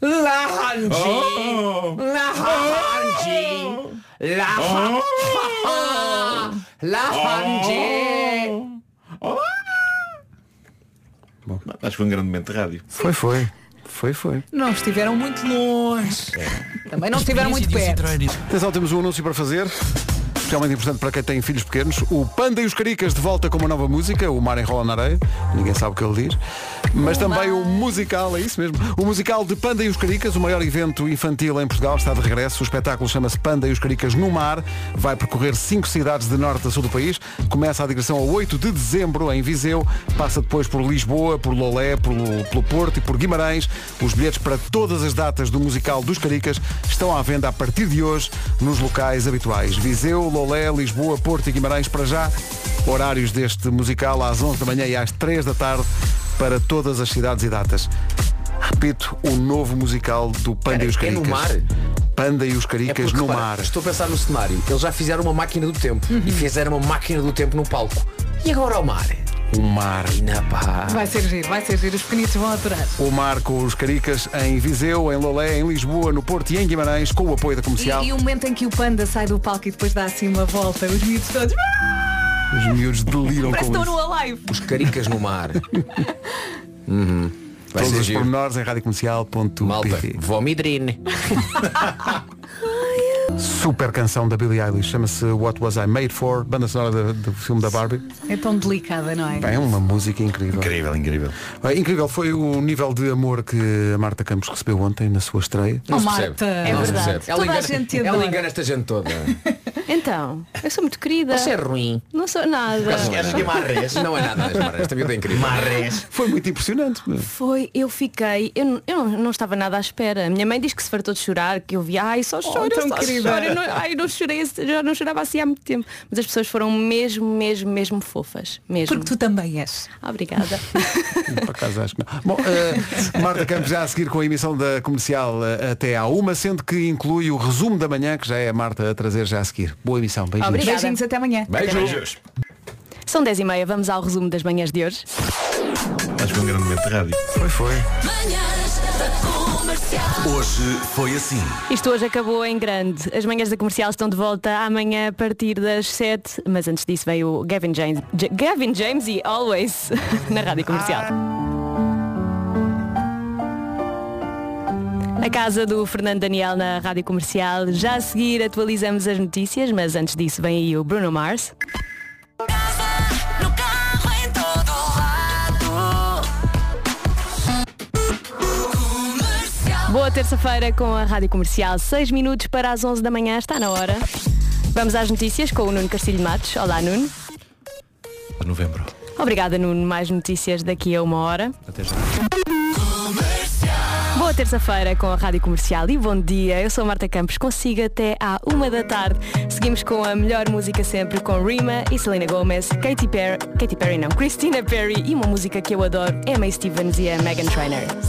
Speaker 16: Lahanji.
Speaker 11: Oh!
Speaker 8: Oh.
Speaker 16: Lahanji. Lahanji. Lahanji.
Speaker 11: Acho que Oh! foi um grande momento de rádio.
Speaker 1: Foi, foi. Foi, foi.
Speaker 4: Não estiveram muito longe. Também não estiveram muito perto.
Speaker 1: Atenção, temos um anúncio para fazer. Especialmente importante para quem tem filhos pequenos. O Panda e os Caricas de volta com uma nova música, o Mar Enrola na Areia. Ninguém sabe o que ele diz. Mas também o musical, é isso mesmo. O musical de Panda e os Caricas, o maior evento infantil em Portugal, está de regresso. O espetáculo chama-se Panda e os Caricas no Mar. Vai percorrer cinco cidades de norte a sul do país. Começa a digressão a 8 de dezembro em Viseu. Passa depois por Lisboa, por Lolé, pelo, pelo Porto e por Guimarães. Os bilhetes para todas as datas do musical dos Caricas estão à venda a partir de hoje nos locais habituais. Viseu, Lolé, Lisboa, Porto e Guimarães para já. Horários deste musical às 11 da manhã e às 3 da tarde para todas as cidades e datas. Repito, o novo musical do Panda e os
Speaker 8: é
Speaker 1: Caricas.
Speaker 8: no É
Speaker 1: Panda e os Caricas
Speaker 8: porque,
Speaker 1: no
Speaker 8: repara,
Speaker 1: mar.
Speaker 8: Estou a pensar no cenário. Eles já fizeram uma máquina do tempo
Speaker 11: Uhum.
Speaker 8: e fizeram uma máquina do tempo no palco. E agora ao mar?
Speaker 1: O mar.
Speaker 8: Na pá.
Speaker 4: Vai ser giro, vai ser giro. Os pequenitos vão adorar.
Speaker 1: O mar com os Caricas em Viseu, em Lolé, em Lisboa, no Porto e em Guimarães, com o apoio da comercial.
Speaker 4: E, e o momento em que o panda sai do palco e depois dá assim uma volta, os miúdos todos. "Ah!"
Speaker 1: Os miúdos deliram
Speaker 4: Parece
Speaker 1: com
Speaker 4: que estão
Speaker 1: isso.
Speaker 4: no Alive.
Speaker 8: Os caricas no mar. Uhum. Vai
Speaker 1: Todos
Speaker 8: ser
Speaker 1: os
Speaker 8: giro.
Speaker 1: pormenores em radiocomercial.pt
Speaker 8: Malta, vomidrine.
Speaker 1: Super canção da Billie Eilish, chama-se What Was I Made For, banda sonora do, do filme da Barbie.
Speaker 4: É tão delicada, não é?
Speaker 1: É uma música incrível.
Speaker 11: Incrível, incrível.
Speaker 1: É, incrível foi o nível de amor que a Marta Campos recebeu ontem na sua estreia.
Speaker 4: Não Oh, se percebe. Marta. É
Speaker 8: Não
Speaker 4: verdade.
Speaker 8: se percebe. Ela
Speaker 4: Toda a
Speaker 8: engana-
Speaker 4: gente te
Speaker 8: ela
Speaker 4: adora.
Speaker 8: engana esta gente toda.
Speaker 2: Então, eu sou muito querida.
Speaker 8: Você é ruim. assim.
Speaker 2: Não sou nada.
Speaker 8: Não é nada, és marres. Esta vida é incrível.
Speaker 11: Marres.
Speaker 1: Foi muito impressionante.
Speaker 2: Foi, eu fiquei, eu, n- eu não, não estava nada à espera. A Minha mãe diz que se fartou de chorar, que eu vi, ai, só chora,
Speaker 4: tão
Speaker 2: só
Speaker 4: querida.
Speaker 2: chora. Eu não, ai, não chorei, já não chorava assim há muito tempo. Mas as pessoas foram mesmo, mesmo, mesmo fofas. Mesmo.
Speaker 4: Porque tu também és.
Speaker 2: Obrigada.
Speaker 1: Por acaso acho que não. Bom, eh, Marta Campos já a seguir com a emissão da comercial eh, até à uma, sendo que inclui o resumo da manhã, que já é a Marta a trazer já a seguir. Boa emissão, beijinhos.
Speaker 4: Beijinhos até amanhã.
Speaker 11: Beijos.
Speaker 2: São 10 e meia, vamos ao resumo das manhãs de hoje.
Speaker 11: Acho que foi um grande momento de rádio.
Speaker 1: Foi, foi.
Speaker 3: Hoje foi assim.
Speaker 2: Isto hoje acabou em grande. As manhãs da comercial estão de volta amanhã a partir das 7, mas antes disso veio o Gavin James, J- Gavin James e Always na rádio comercial. A casa do Fernando Daniel na Rádio Comercial. Já a seguir atualizamos as notícias, mas antes disso vem aí o Bruno Mars. Boa terça-feira com a Rádio Comercial. 6 minutos para as 11 da manhã, está na hora. Vamos às notícias com o Nuno Castilho Matos. Olá, Nuno.
Speaker 9: De novembro.
Speaker 2: Obrigada, Nuno. Mais notícias daqui a uma hora.
Speaker 9: Até já.
Speaker 2: Boa terça-feira com a Rádio Comercial e bom dia. Eu sou a Marta Campos, consigo até à uma da tarde. Seguimos com a melhor música sempre com Rima e Selena Gomez, Katy Perry, Katy Perry não, Christina Perry e uma música que eu adoro, Emma Stevens e a Megan Trainor.